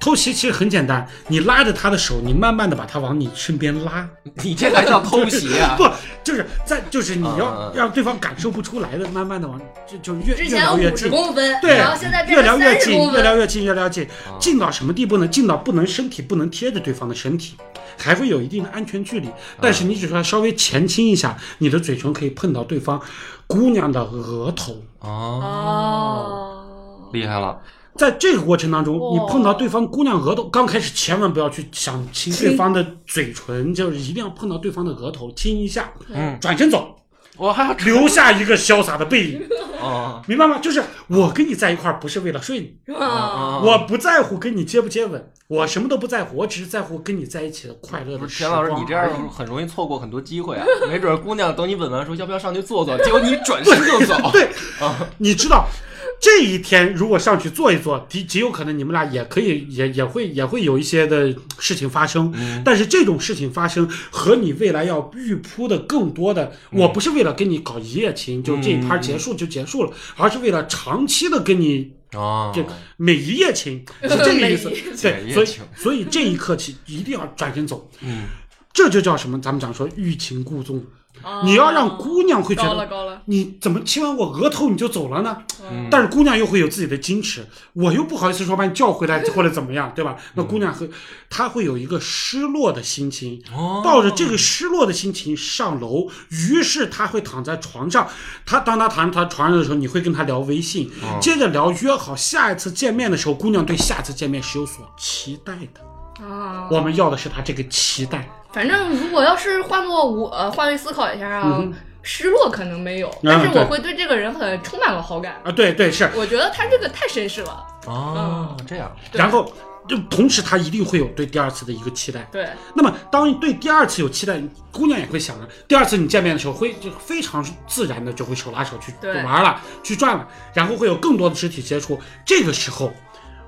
偷袭其实很简单，你拉着她的手，你慢慢的把她往你身边拉，
你这还叫偷
[LAUGHS]
袭啊？
不，就是在就是你要、
嗯嗯嗯
让对方感受不出来的，慢慢的往就就越
之
越
前
聊越
五十
近，
公分，
对
然后现在变
越聊
成
越
三十
近，
公
越
分，
聊越近，越聊越近，
嗯
近到什么地步呢？近到不能身体不能贴着对方的身体，还会有一定的安全距离，但是你只需要稍微前倾一下，你的嘴唇可以碰到对方姑娘的额头。
啊
哦，
哦，
厉害了，
在这个过程当中，
哦
你碰到对方姑娘额头，刚开始千万不要去想亲对方的嘴唇，就是一定要碰到对方的额头，亲一下，
嗯
转身走，
我还要
留下一个潇洒的背影，
哦
明白吗？ [LAUGHS] 就是我跟你在一块儿不是为了睡你，
啊，
哦，
我不在乎跟你接不接吻，我什么都不在乎，我只是在乎跟你在一起的快乐
不
的
是
时
田
光
老
而已。。
师，你这样很容易错过很多机 [LAUGHS] 会啊！没准儿姑娘等你吻完说要不要上去坐坐，结果你转身就走
[LAUGHS] 对，你知道，这一天如果上去坐一坐，极极有可能你们俩也可以，也也会也会有一些的事情发生。
嗯
但是这种事情发生和你未来要预铺的更多的，
嗯
我不是为了跟你搞一夜情，就这一盘结束就结束了，而是为了长期的跟你
哦
这每一夜情是这个意思
[LAUGHS] 每一夜。
对，
每一
所
夜
以
情
所以这一刻起一定要转身走。
嗯，
这就叫什么？咱们讲说欲擒故纵，你要让姑娘会觉
哦高
得
哦了高了，
你怎么亲完我额头你就走了呢？但是姑娘又会有自己的矜持，我又不好意思说把你叫回来或者怎么样，对吧？那姑娘会，她会有一个失落的心情，抱着这个失落的心情上楼，于是她会躺在床上，她当她躺在她床上的时候，你会跟她聊微信，接着聊约好下一次见面的时候，姑娘对下次见面是有所期待的。
啊，
我们要的是她这个期待，
反正如果要是换做我，呃换位思考一下啊，失落可能没有，但是
嗯对
我会对这个人很充满了好感。
啊，对对是，
我觉得他这个太绅士了，嗯
哦，这样
对
然后就同时她一定会有对第二次的一个期待。
对，
那么，当你对第二次有期待，姑娘也会想啊，第二次你见面的时候会就非常自然的就会手拉手去
对
玩了，去转了，然后会有更多的肢体接触。这个时候，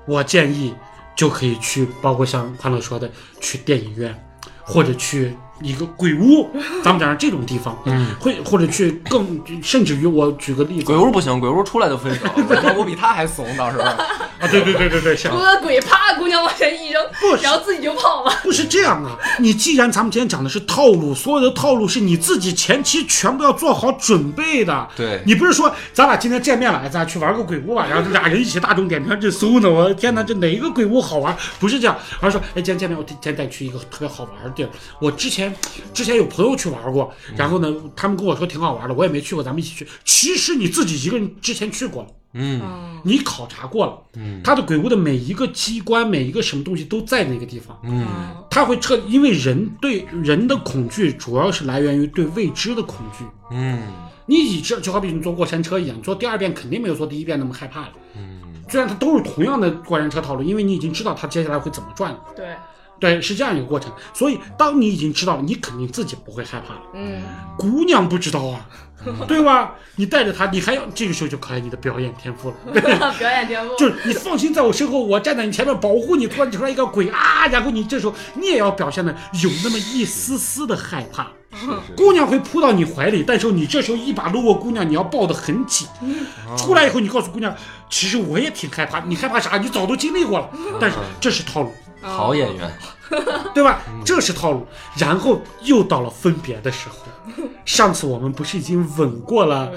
我建议就可以去，包括像欢乐说的，去电影院，或者去一个鬼屋，咱们讲讲这种地方，嗯，会或者去更，甚至于我举个例
[LAUGHS]
子
鬼屋不行，鬼屋出来就分手，我我比他还怂，到时候
啊，对对对对对，是。
个鬼啪，姑娘往前一扔
不，是
然后自己就跑了。
不是这样啊！你既然咱们今天讲的是套路，所有的套路是你自己前期全部要做好准备的。
对
你不是说咱俩今天见面了，哎，咱俩去玩个鬼屋吧，然后俩人一起大众点评这搜呢，我的天哪，这哪一个鬼屋好玩？不是这样，而是说，哎，今天见面，我今天带你去一个特别好玩的地儿。我之前之前有朋友去玩过，然后呢，他们跟我说挺好玩的，我也没去过，咱们一起去。其实你自己一个人之前去过了。
嗯，
你考察过了，嗯，它的鬼屋的每一个机关、每一个什么东西都在那个地方，
嗯，
他会彻，因为人对人的恐惧主要是来源于对未知的恐惧。
嗯，
你已知就好比你坐过山车一样，坐第二遍肯定没有坐第一遍那么害怕了。嗯，虽然它都是同样的过山车套路，因为你已经知道它接下来会怎么转了。
对，
对，是这样一个过程。所以当你已经知道了，你肯定自己不会害怕了。
嗯，
[LAUGHS] 姑娘不知道啊，对吧？你带着她，你还要这个时候就考验你的表演天赋了。
表演天赋
就是你放心在我身后，我站在你前面保护你。突然出来一个鬼啊，然后你这时候你也要表现的有那么一丝丝的害怕。姑娘会扑到你怀里，但是你这时候一把搂过姑娘，你要抱得很紧。出来以后，你告诉姑娘，其实我也挺害怕。你害怕啥？你早都经历过了。但是这是套路，
好演员，
对吧？这是套路。然后又到了分别的时候，上次我们不是已经吻过了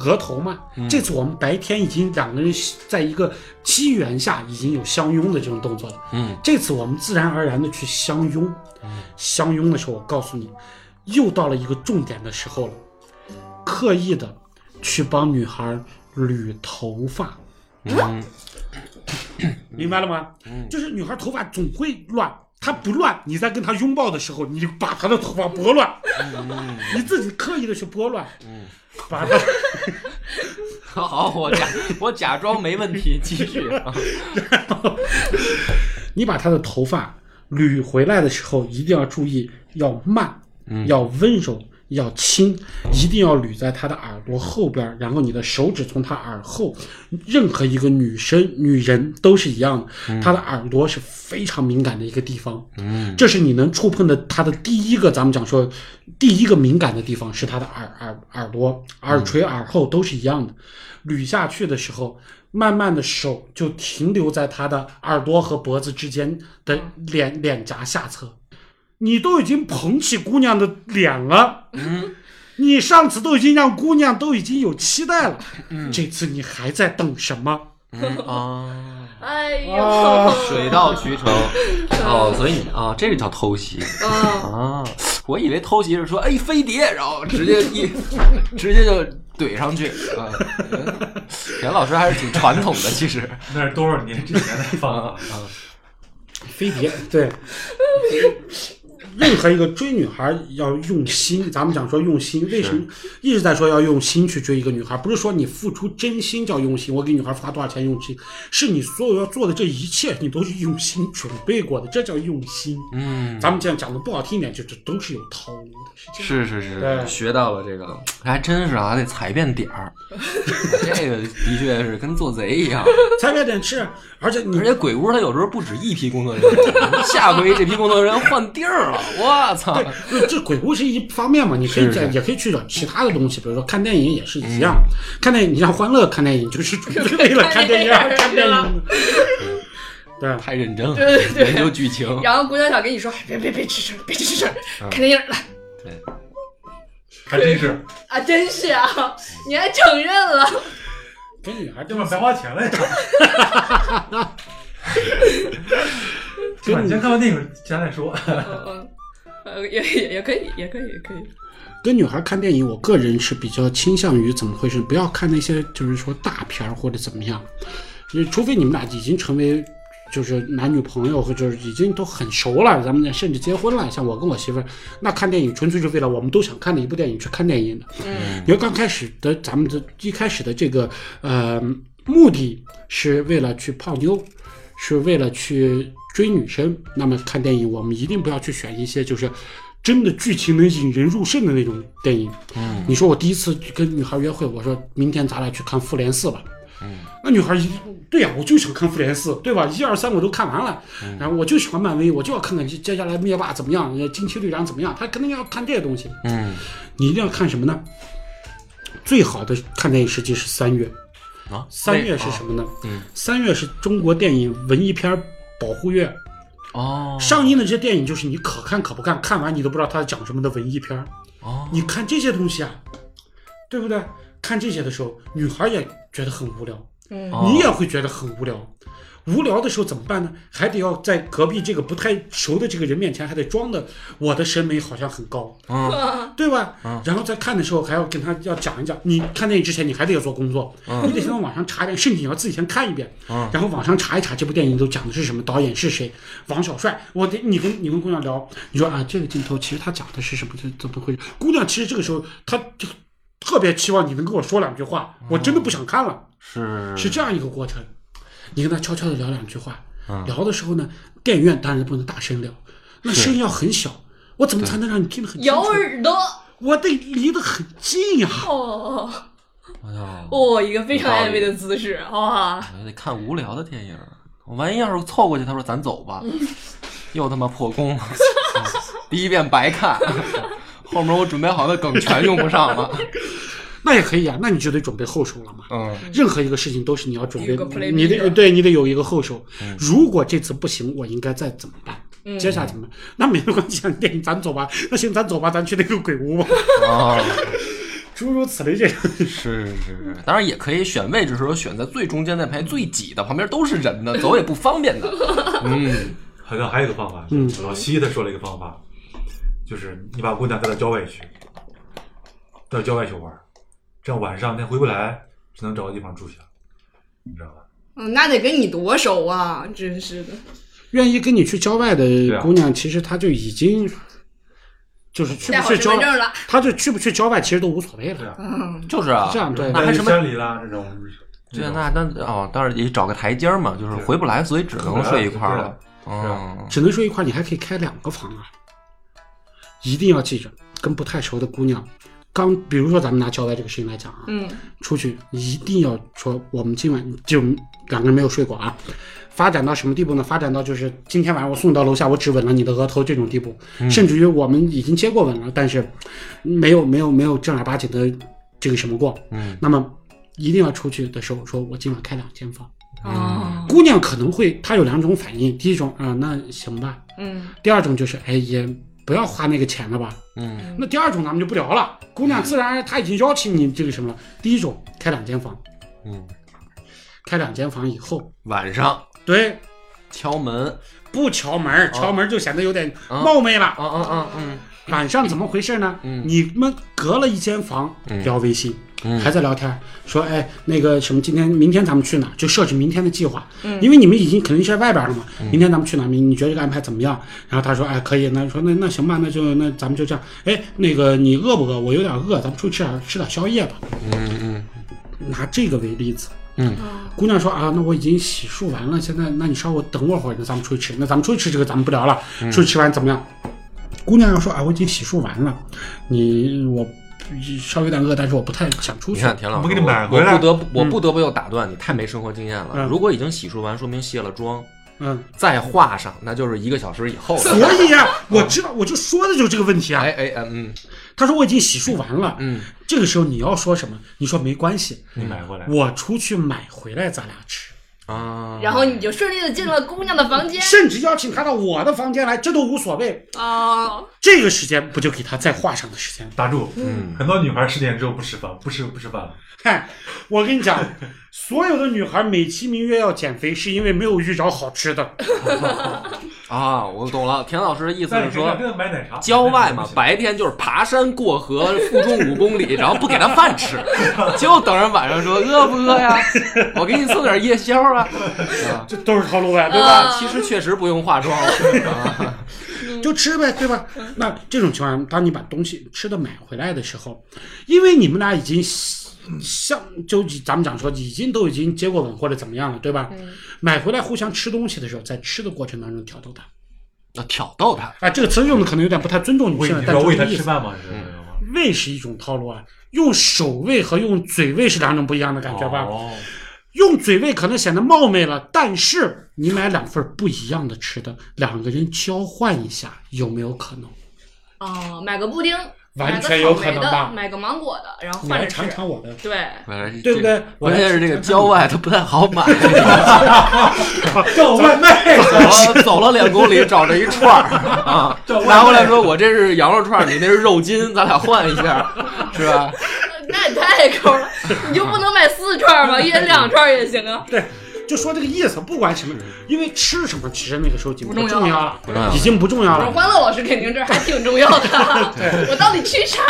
额头吗？这次我们白天已经两个人在一个机缘下已经有相拥的这种动作了。
嗯，
这次我们自然而然的去相拥。相拥的时候，我告诉你，又到了一个重点的时候了，刻意的去帮女孩捋头发。明白了吗？就是女孩头发总会乱，她不乱，你在跟她拥抱的时候，你就把她的头发拨乱，你自己刻意的去拨乱，把她，
[LAUGHS] 好，我假我假装没问题，继续。啊
你把她的头发捋回来的时候，一定要注意，要慢，要温柔。要轻，一定要捋在她的耳朵后边儿，然后你的手指从她耳后，任何一个女生、女人都是一样的，她的耳朵是非常敏感的一个地方。
嗯
这是你能触碰的它的第一个，咱们讲说第一个敏感的地方是它的耳耳耳朵、耳垂、耳后都是一样的。捋下去的时候，慢慢的手就停留在它的耳朵和脖子之间的脸脸颊下侧。你都已经捧起姑娘的脸了，嗯，你上次都已经让姑娘都已经有期待了，嗯，这次你还在等什么？
[LAUGHS] 啊，
哎呦，
啊
水到渠成。哦，所以你啊，这个叫偷袭
嗯，
啊！我以为偷袭是说哎飞碟，然后直接一直接就怼上去 [LAUGHS] 啊。田老师还是挺传统的，其实
那是多少年之前的方
啊
法？
啊，
飞碟，对。 [LAUGHS] 任何一个追女孩要用心，咱们讲说用心，为什么一直在说要用心去追一个女孩？不是说你付出真心叫用心，我给女孩花多少钱用心，是你所有要做的这一切，你都是用心准备过的，这叫用心。嗯，咱们这样讲的不好听一点，就这都是有套路的，
[LAUGHS]
是这样。
是是是，
对
学到了这个，还真是啊，得踩遍点儿。 [LAUGHS] 这个的确是跟做贼一样，
才别点吃，而且你
而且鬼屋它有时候不止一批工作人员，下回这批工作人员换地儿了，我操！
对，这鬼屋是一方面嘛，你可以
是嗯
讲，也可以去找其他的东西，比如说看电影也是一样。看电影，你像欢乐看电影就是准备了看电影，看电影。对，
太认真了，
对对对
研究剧情。
然后姑娘想跟你说，哎别别别吱声，别吱声，看电影来
还真是，
[LAUGHS] 啊！真是啊，你还承认了，
跟女孩这
这么
么
白花钱 [LAUGHS] 了呀！晚先看完电影，咱再说。
嗯嗯，呃，也也也可以，也可以，也可以，
跟女孩看电影，我个人是比较倾向于怎么回事？不要看那些就是说大片儿或者怎么样，因为除非你们俩已经成为。就是男女朋友，或者是已经都很熟了，咱们甚至结婚了。像我跟我媳妇儿，那看电影纯粹是为了我们都想看的一部电影去看电影的。
嗯，
因为刚开始的咱们的一开始的这个呃目的是为了去泡妞，是为了去追女生。那么看电影，我们一定不要去选一些就是真的剧情能引人入胜的那种电影。嗯，你说我第一次跟女孩约会，我说明天咱俩去看《复联四》吧。那女孩一对呀、我就想看复联四，对吧？一二三我都看完了，
嗯
然后我就喜欢漫威，我就要看看接接下来灭霸怎么样，呃惊奇队长怎么样，她肯定要看这些东西。嗯，你一定要看什么呢？最好的看电影时机是三月，
啊，嗯
三月是什么呢？三月是中国电影文艺片保护月，
哦，
上映的这些电影就是你可看可不看，看完你都不知道它讲什么的文艺片儿。
哦，
你看这些东西啊，对不对？看这些的时候，女孩也觉得很无聊，
嗯
哦
你也会觉得很无聊。无聊的时候怎么办呢？还得要在隔壁这个不太熟的这个人面前，还得装的我的审美好像很高，
嗯
[LAUGHS] 对吧？
嗯
然后在看的时候还要跟他要讲一讲，你看电影之前你还得要做工作，
嗯
你得先从网上查一遍，甚至你要自己先看一遍，
嗯
然后网上查一查这部电影都讲的是什么，导演是谁，王小帅。我得你跟你跟姑娘聊，你说啊这个镜头其实他讲的是什么，这怎么回事？姑娘其实这个时候她就特别期望你能跟我说两句话，我真的不想看了。
是
嗯是这样一个过程。你跟他悄悄的聊两句话，
嗯
聊的时候呢，电影院当然不能大声聊，那声音要很小。我怎么才能让你听得很清
咬
楚？
耳朵
我得离得很近呀、
哦
哎呀，
哦，一个非常暧昧的姿势哇！
我得看无聊的电影。我万一要是凑过去，他说咱走
[LAUGHS]
吧，又他妈破功了，第一遍白看，后面我准备好的梗全用不上了。
那也可以啊，那你就得准备后手了嘛。
嗯
任何一个事情都是你要准
有个 plan B
备，你得
的
对你得有一个后手。如果这次不行，我应该再怎么办？
嗯
接下来怎么办？那没关系，啊，电影咱走吧。那行，咱走吧，咱去那个鬼屋吧。
啊，
[LAUGHS] 诸如此类这种。
是是是，当然也可以选位置的时候选在最中间那排最挤的，旁边都是人的，走也不方便的。嗯，
[LAUGHS] 好像还有一个方法，
嗯
老西他说了一个方法，就是你把姑娘带到郊外去，带到郊外去玩儿，这样晚上她回不来，只能找个地方住下，你知道吧？
嗯，那得跟你多熟啊，真是的。
愿意跟你去郊外的姑娘，其实她就已经就是去
带
不
好
去
身
郊
份，证了，
她就去不去郊外其实都无所谓
对
了。
啊，
嗯，
就是啊，
这样对
那还
带
什
去
么
山里啦这种，
对，
种
那那哦，当然也找个台阶儿嘛，就是回不来，所以只能睡一块儿了。
是
嗯，
只能说一块，你还可以开两个房啊。一定要记着，跟不太熟的姑娘，刚比如说咱们拿郊外这个事情来讲啊，
嗯，
出去一定要说我们今晚就两个人没有睡过啊。发展到什么地步呢？发展到就是今天晚上我送你到楼下，我只吻了你的额头这种地步，甚至于我们已经接过吻了，但是没有没有没有正儿八经的这个什么过。
嗯，
那么一定要出去的时候说，我今晚开两间房。
哦，
姑娘可能会她有两种反应，第一种啊、那行吧，
嗯，
第二种就是，哎，也不要花那个钱了吧。
嗯，
那第二种咱们就不聊了，姑娘自然而然她已经邀请你这个什么了。第一种开两间房，
嗯，
开两间房以后，
晚上
对，
敲门，
不敲门儿，
啊
敲门儿就显得有点
啊
冒昧了。
啊啊啊，嗯
晚上怎么回事呢？
嗯
你们隔了一间房
嗯
聊微信，
嗯
还在聊天，说哎那个什么，今天明天咱们去哪儿？就设置明天的计划，
嗯
因为你们已经肯定是在外边了嘛。明天咱们去哪儿？你你觉得这个安排怎么样？然后他说哎可以，那说那那行吧，那就那咱们就这样。哎，那个你饿不饿？我有点饿，咱们出去吃点吃点宵夜吧。
嗯嗯
拿这个为例子。
嗯，
姑娘说啊，那我已经洗漱完了，现在那你稍微等我会儿，那咱们出去吃。那咱们出去吃这个咱们不聊了，
嗯
出去吃完怎么样？姑娘要说啊，我已经洗漱完了，你我稍微有点饿，但是我不太想出
你
去。
看田老师，
我给你买回
我
来
不得不我不得不又打断你，太没生活经验了。
嗯
如果已经洗漱完，说明卸了妆，
嗯，
再画上那就是一个小时以后
所
了。
以呀、我知道，我就说的就是这个问题啊
哎。哎哎嗯
她说我已经洗漱完了，
嗯，
这个时候你要说什么？你说没关系，
你买回来，
我出去买回来咱俩吃，
啊，
然后你就顺利的进了姑娘的房间
甚至邀请她到我的房间来，这都无所谓。
啊，
这个时间不就给她再画上的时间吗？
打住。
嗯
很多女孩十点之后不吃饭，不吃不吃饭了。
嗨，我跟你讲，所有的女孩美其名曰要减肥，是因为没有遇着好吃的。
啊，我懂了，田老师的意思
那
是
你可以让
说
跟。她买奶茶，
郊外
[LAUGHS]
嘛，白天就是爬山过河，负重五公里， [LAUGHS] 然后不给他饭吃， [LAUGHS] 就等着晚上说饿不饿
[LAUGHS]
呀？我给你送点夜宵啊！啊，
这都是套路呀，对吧？
啊其实确实不用化妆了。 [LAUGHS] 啊
就吃呗，对吧？那这种情况，当你把东西吃的买回来的时候，因为你们俩已经像就咱们讲说，已经都已经接过吻或者怎么样了，对吧？买回来互相吃东西的时候，在吃的过程当中挑逗他。
要挑逗他，
啊，这个词用的可能有点不太尊重女
喂，
性
你
了，
知
但
道
就
喂
是这
她
个意
吃
思。
饭吗？是
喂是一种套路啊，用手喂和用嘴喂是两种不一样的感觉吧？
哦
用嘴喂可能显得冒昧了，但是你买两份不一样的吃的，两个人交换一下，有没有可能？
哦，买个布丁，买
完
个
全有
草
可
莓
能
的，
吧？
买个芒果的，然后
你
换
来
着吃
尝。尝我的，
对，
本来是
对不对？我
关键是这个
尝尝
郊外它不太好
[LAUGHS]
买，
叫外卖， [LAUGHS]
走了走了两公里找着一串儿
[LAUGHS]
啊，
叫外卖
拿回来说我这是羊肉串儿，你那是肉筋，咱俩换一下，是吧？
那也太抠了，你就不能买四串吗？一人两串也行啊。
就说这个意思，不管什么，因为吃什么其实那个时候已经
不
不
重要
重要了，
不重要
嗯
已经不重要
我说
了。
欢乐老师肯定这还挺重要的，我到底去啥？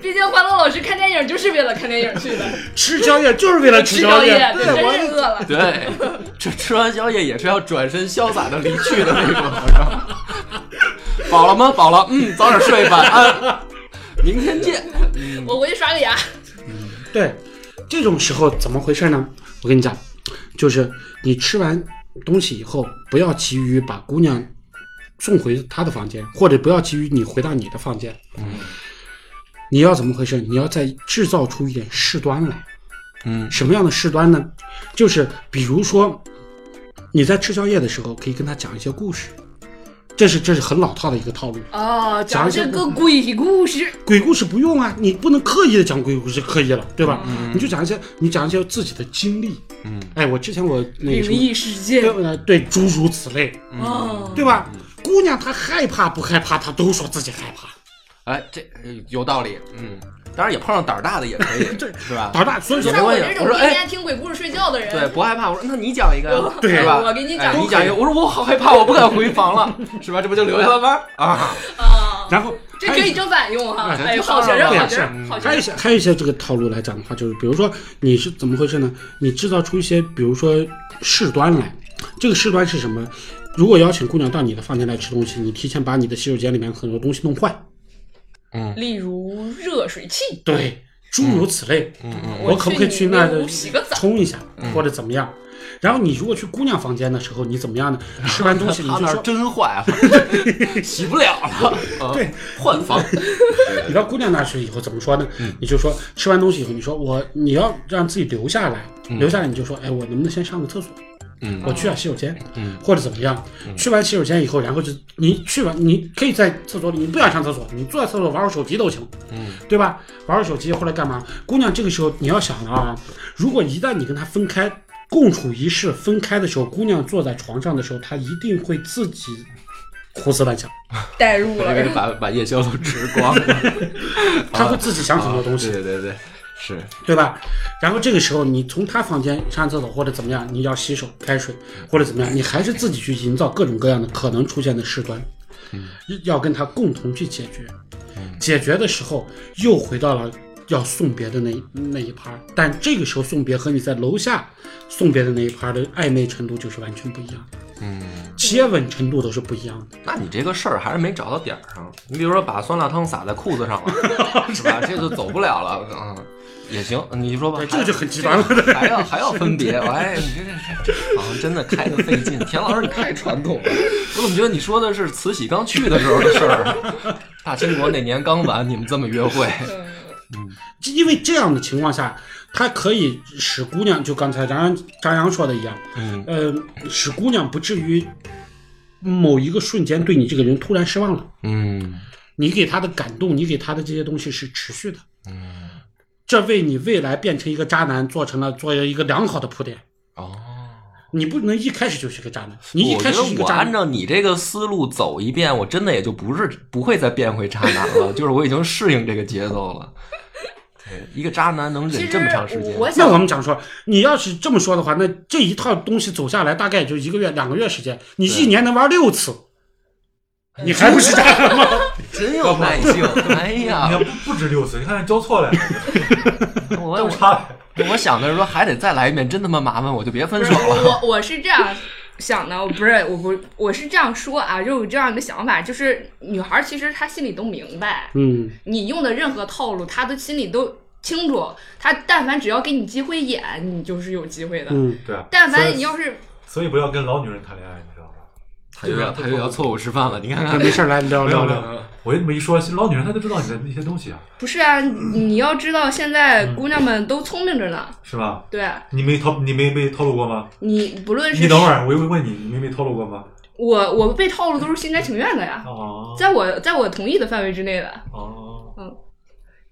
毕竟欢乐老师看电影就是为了看电影去的，
吃宵夜就是为了
吃
宵
夜，
对
真
我
是饿了。
[LAUGHS] 对，这吃完宵夜也是要转身潇洒的离去的那种是吧。 [LAUGHS] 饱了吗？饱了，嗯，早点睡吧，安，明天见。嗯，
我回去刷个牙。
对，这种时候怎么回事呢？我跟你讲，就是你吃完东西以后，不要急于把姑娘送回她的房间，或者不要急于你回到你的房间。嗯，你要怎么回事？你要再制造出一点事端来。
嗯，
什么样的事端呢？就是比如说你在吃宵夜的时候，可以跟她讲一些故事。这是这是很老套的一个套路，
哦，
讲
这
这
个
个
鬼故事，
鬼故事不用啊，你不能刻意的讲鬼故事，刻意了，对吧？你就讲一些，你讲一些自己的经历。
嗯，
哎，我之前我那个
灵
什么，
异事
对
件。
呃对，诸如此类，
哦，
对吧？姑娘她害怕不害怕，她都说自己害怕。
哎，这呃有道理。嗯，当然也碰上胆儿大的也可
[LAUGHS]
以，是吧？
胆大，所以说
没
像我
关
这
系
种
我说
天
哎
天听鬼故事睡觉的人，
对，不害怕。我说那你讲一个，
对
是吧？
我给你
哎
讲
你讲一个。我说我好害怕，我不敢回房了，是吧？这不就留下了吗？啊，
啊，
然后
这可以正反用哈。
哎
哎呦，好学生，
对
好学生，
是嗯
好啊
还有
学
一
生。
些还有一些这个套路来讲的话，就是比如说你是怎么回事呢？你制造出一些比如说事端来，这个事端是什么？如果邀请姑娘到你的房间来吃东西，你提前把你的洗手间里面很多东西弄坏，
例如热水器，
对，诸如此类。
嗯
我可不可以去
你
那
屋
的
洗个澡？嗯
冲一下，或者怎么样？然后你如果去姑娘房间的时候，你怎么样
[LAUGHS]
呢？吃完东西你
他
就
那儿
说，
真坏，啊 [LAUGHS] 洗不了了。啊
对，
换房。 [LAUGHS]
你到姑娘那儿去以后怎么说呢？
嗯
你就说吃完东西以后，你说我你要让自己留下来，留下来你就说，哎，我能不能先上个厕所？
嗯
我去下啊洗手间，或者怎么样？去完洗手间以后，然后就你去完，你可以在厕所里，你不想上厕所，你坐在厕所玩会儿手机都行，
嗯，
对吧？玩会儿手机或者干嘛？姑娘这个时候你要想啊，如果一旦你跟她分开。共处一室，分开的时候，姑娘坐在床上的时候，她一定会自己胡思乱想，
代入
哎这个
了，
把把夜宵都吃光了。
她会自己想很多东
啊
西，
对对对，是
对吧？然后这个时候，你从她房间上厕所或者怎么样，你要洗手、开水或者怎么样，你还是自己去营造各种各样的可能出现的事端，要跟她共同去解决。解决的时候，又回到了要送别的那一那一趴儿，但这个时候送别和你在楼下送别的那一趴儿的暧昧程度就是完全不一样的，嗯，接吻程度都是不一样的。
那你这个事儿还是没找到点儿上。你比如说把酸辣汤撒在裤子上了，是吧？这就走不了了，嗯，也行。你说吧
对，，
还
这就很极端了。
还要还要分别，哎，你这这这，好像真的开的费劲。田老师，你太传统了，我怎么觉得你说的是慈禧刚去的时候的事儿？大清国那年刚完，你们这么约会，
因为这样的情况下，它可以使姑娘就刚才张扬张扬说的一样，
嗯，
呃，使姑娘不至于某一个瞬间对你这个人突然失望了。
嗯
你给她的感动，你给她的这些东西是持续的，嗯，这为你未来变成一个渣男做成了做一个良好的铺垫。
哦，
你不能一开始就是个渣男，你一
我
开
觉
始就是
得
个
我
渣
按
男，
照你这个思路走一遍，我真的也就不是不会再变回渣男了，就是我已经适应这个节奏了。对，一个渣男能
其
忍
实
这么长时间，
我
那
想
我们讲说，你要是这么说的话，那这一套东西走下来大概也就一个月、两个月时间，你一年能玩六次，你还不是渣男吗？
真有
[LAUGHS]
耐性。哎
你
呀
看，不止六次，你看交错了，
我
都
我
差了。
我想的是说还得再来一遍，真他妈麻烦，我就别分手了。
我我是这样想的，我不是，我不，我是这样说啊，就有这样一个想法，就是女孩其实她心里都明白，
嗯，
你用的任何套路，她都心里都清楚，她但凡只要给你机会演，你就是有机会的。
嗯，
对啊，
但
所
凡
以
你要是
所以不要跟老女人谈恋爱，你知道吧？
他又要他又要错误示范了，你看看
没事儿来聊
没
哦聊
有
聊。
没有，我这么一说，老女人她都知道你的一些东西啊，
不是啊，你要知道现
嗯
在姑娘们都聪明着呢，
是吧？
对啊
你没套，你没被套路过吗？
你不论是
你等会儿，我又问你，你没被套路过吗？
我我被套路都是心甘情愿的呀，
哦
在我在我同意的范围之内的。
哦，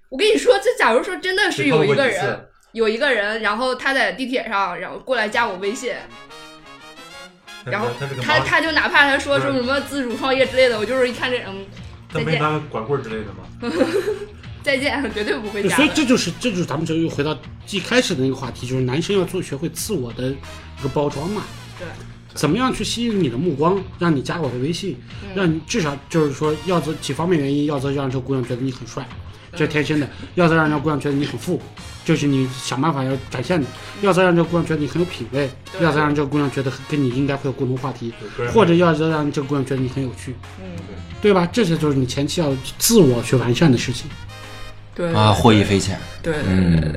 我跟你说，这假如说真的是
只碰
有一
过
个
几次
人，有一个人，然后他在地铁上，然后过来加我微信，
他
然后
他是个
他
盲
他就哪怕他说
不
说
是
什么自主创业之类的，我就是一看这嗯
他
再
没
见
拿个管棍儿之类的吗？
再见， [LAUGHS] 绝对不会
对
加
所以
的。
这就是这就是咱们就又回到一开始的那个话题，就是男生要做学会自我的一个包装嘛。
对。
怎么样去吸引你的目光，让你加我的微信，
嗯
让你至少就是说，要则几方面原因，要则让这个姑娘觉得你很帅，
嗯
这是天生的；要则让这个姑娘觉得你很富，这是你想办法要展现的；要则让这个姑娘觉得你很有品味，
嗯对
要则让这个姑娘觉得跟你应该会有共同话题，
有个人
或者要则让这个姑娘觉得你很有趣，
嗯，
对吧？这些就是你前期要自我去完善的事情。
对
啊，获益匪浅。
对，
嗯，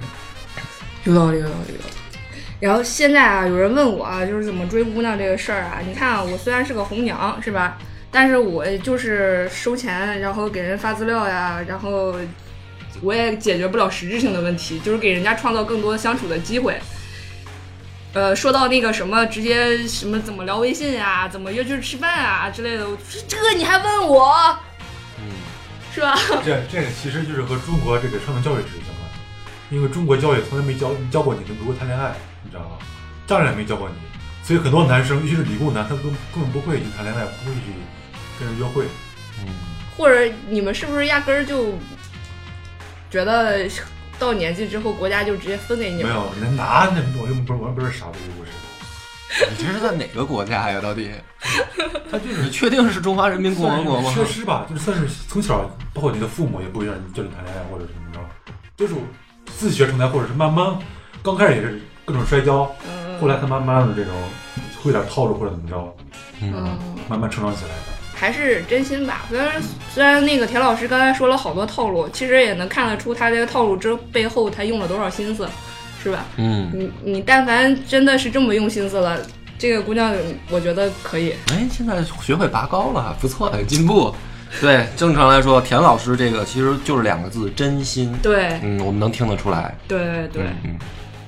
有道理，有道理，有道理。然后现在啊，有人问我啊，就是怎么追姑娘这个事儿啊？你看啊，我虽然是个红娘，是吧？但是我就是收钱，然后给人发资料呀，然后我也解决不了实质性的问题，就是给人家创造更多相处的机会。呃，说到那个什么，直接什么怎么聊微信啊，怎么约去吃饭啊之类的，我说这个你还问我，是吧？
这这个其实就是和中国这个传统教育是一样的，因为中国教育从来没教教过你们如何谈恋爱，你知道吗？当然没教过你，所以很多男生，尤其是理工男，他根根本不会去谈恋爱，不会去跟人约会。
嗯
或者你们是不是压根儿就觉得到年纪之后国家就直接分给你
没
们？
有，那哪那我又不是我又不是傻子，又不是。
你这是在哪个国家呀？到底
他就是
你确定是中华人民共和国吗？
缺失吧，就算是从小，包括你的父母也不会让你教你谈恋爱或者怎么着，都是自学成才，或者是慢慢，刚开始也是各种摔跤，
嗯，
后来他慢慢的这种会点套路或者怎么着，
嗯，
慢慢成长起来的。
还是真心吧。虽然虽然那个田老师刚才说了好多套路，其实也能看得出他这个套路之背后他用了多少心思，是吧？
嗯，
你你但凡真的是这么用心思了，这个姑娘我觉得可以。
哎，现在学会拔高了，不错，有进步。对，正常来说，田老师这个其实就是两个字，真心。
对
嗯，我们能听得出来。
对对，
嗯嗯，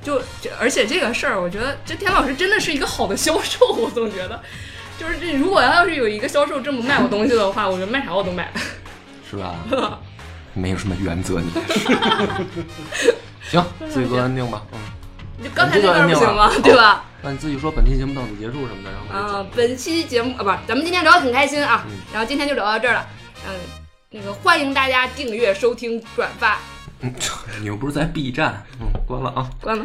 就这，而且这个事儿，我觉得这田老师真的是一个好的销售，我总觉得，就是这如果要是有一个销售这么卖我东西的话，我觉得卖啥我都买。
是吧？没有什么原则，
[LAUGHS]
你。行，自己做安定吧。嗯，
就刚才那段儿不行吗？
嗯
对吧？
那你自己说本期节目到此结束什么的，然后我就
啊
走，
本期节目啊，不是，咱们今天聊得挺开心啊，
嗯
然后今天就聊到这儿了，嗯。那个欢迎大家订阅、收听、转发，
嗯，你又不是在 B 站，嗯，关了啊。
关了。